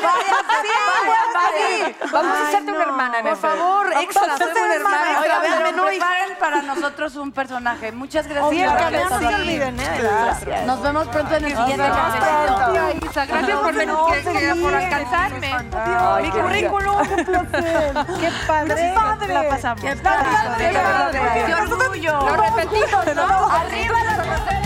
Speaker 5: Vamos a hacerte una hermana en
Speaker 3: Por
Speaker 5: eso.
Speaker 3: favor, extra, soy
Speaker 4: Ustedes,
Speaker 3: una hermana.
Speaker 4: hermana,
Speaker 3: Oiga,
Speaker 4: pero
Speaker 3: véanme, no, hija.
Speaker 4: preparen para nosotros un personaje. Muchas gracias.
Speaker 1: Sí, el
Speaker 4: por
Speaker 1: cameo no
Speaker 4: estar
Speaker 1: se
Speaker 4: aquí.
Speaker 1: olviden, ¿eh?
Speaker 4: Nos vemos pronto en el siguiente capítulo.
Speaker 2: Ay, Isa, gracias por, que- que- por alcanzarme.
Speaker 5: Ay,
Speaker 3: Mi
Speaker 5: qué
Speaker 3: currículum.
Speaker 1: Qué padre.
Speaker 6: Qué padre.
Speaker 1: La pasamos.
Speaker 4: Qué padre.
Speaker 2: Qué orgullo. Lo repetimos, ¿no? Arriba los porteros.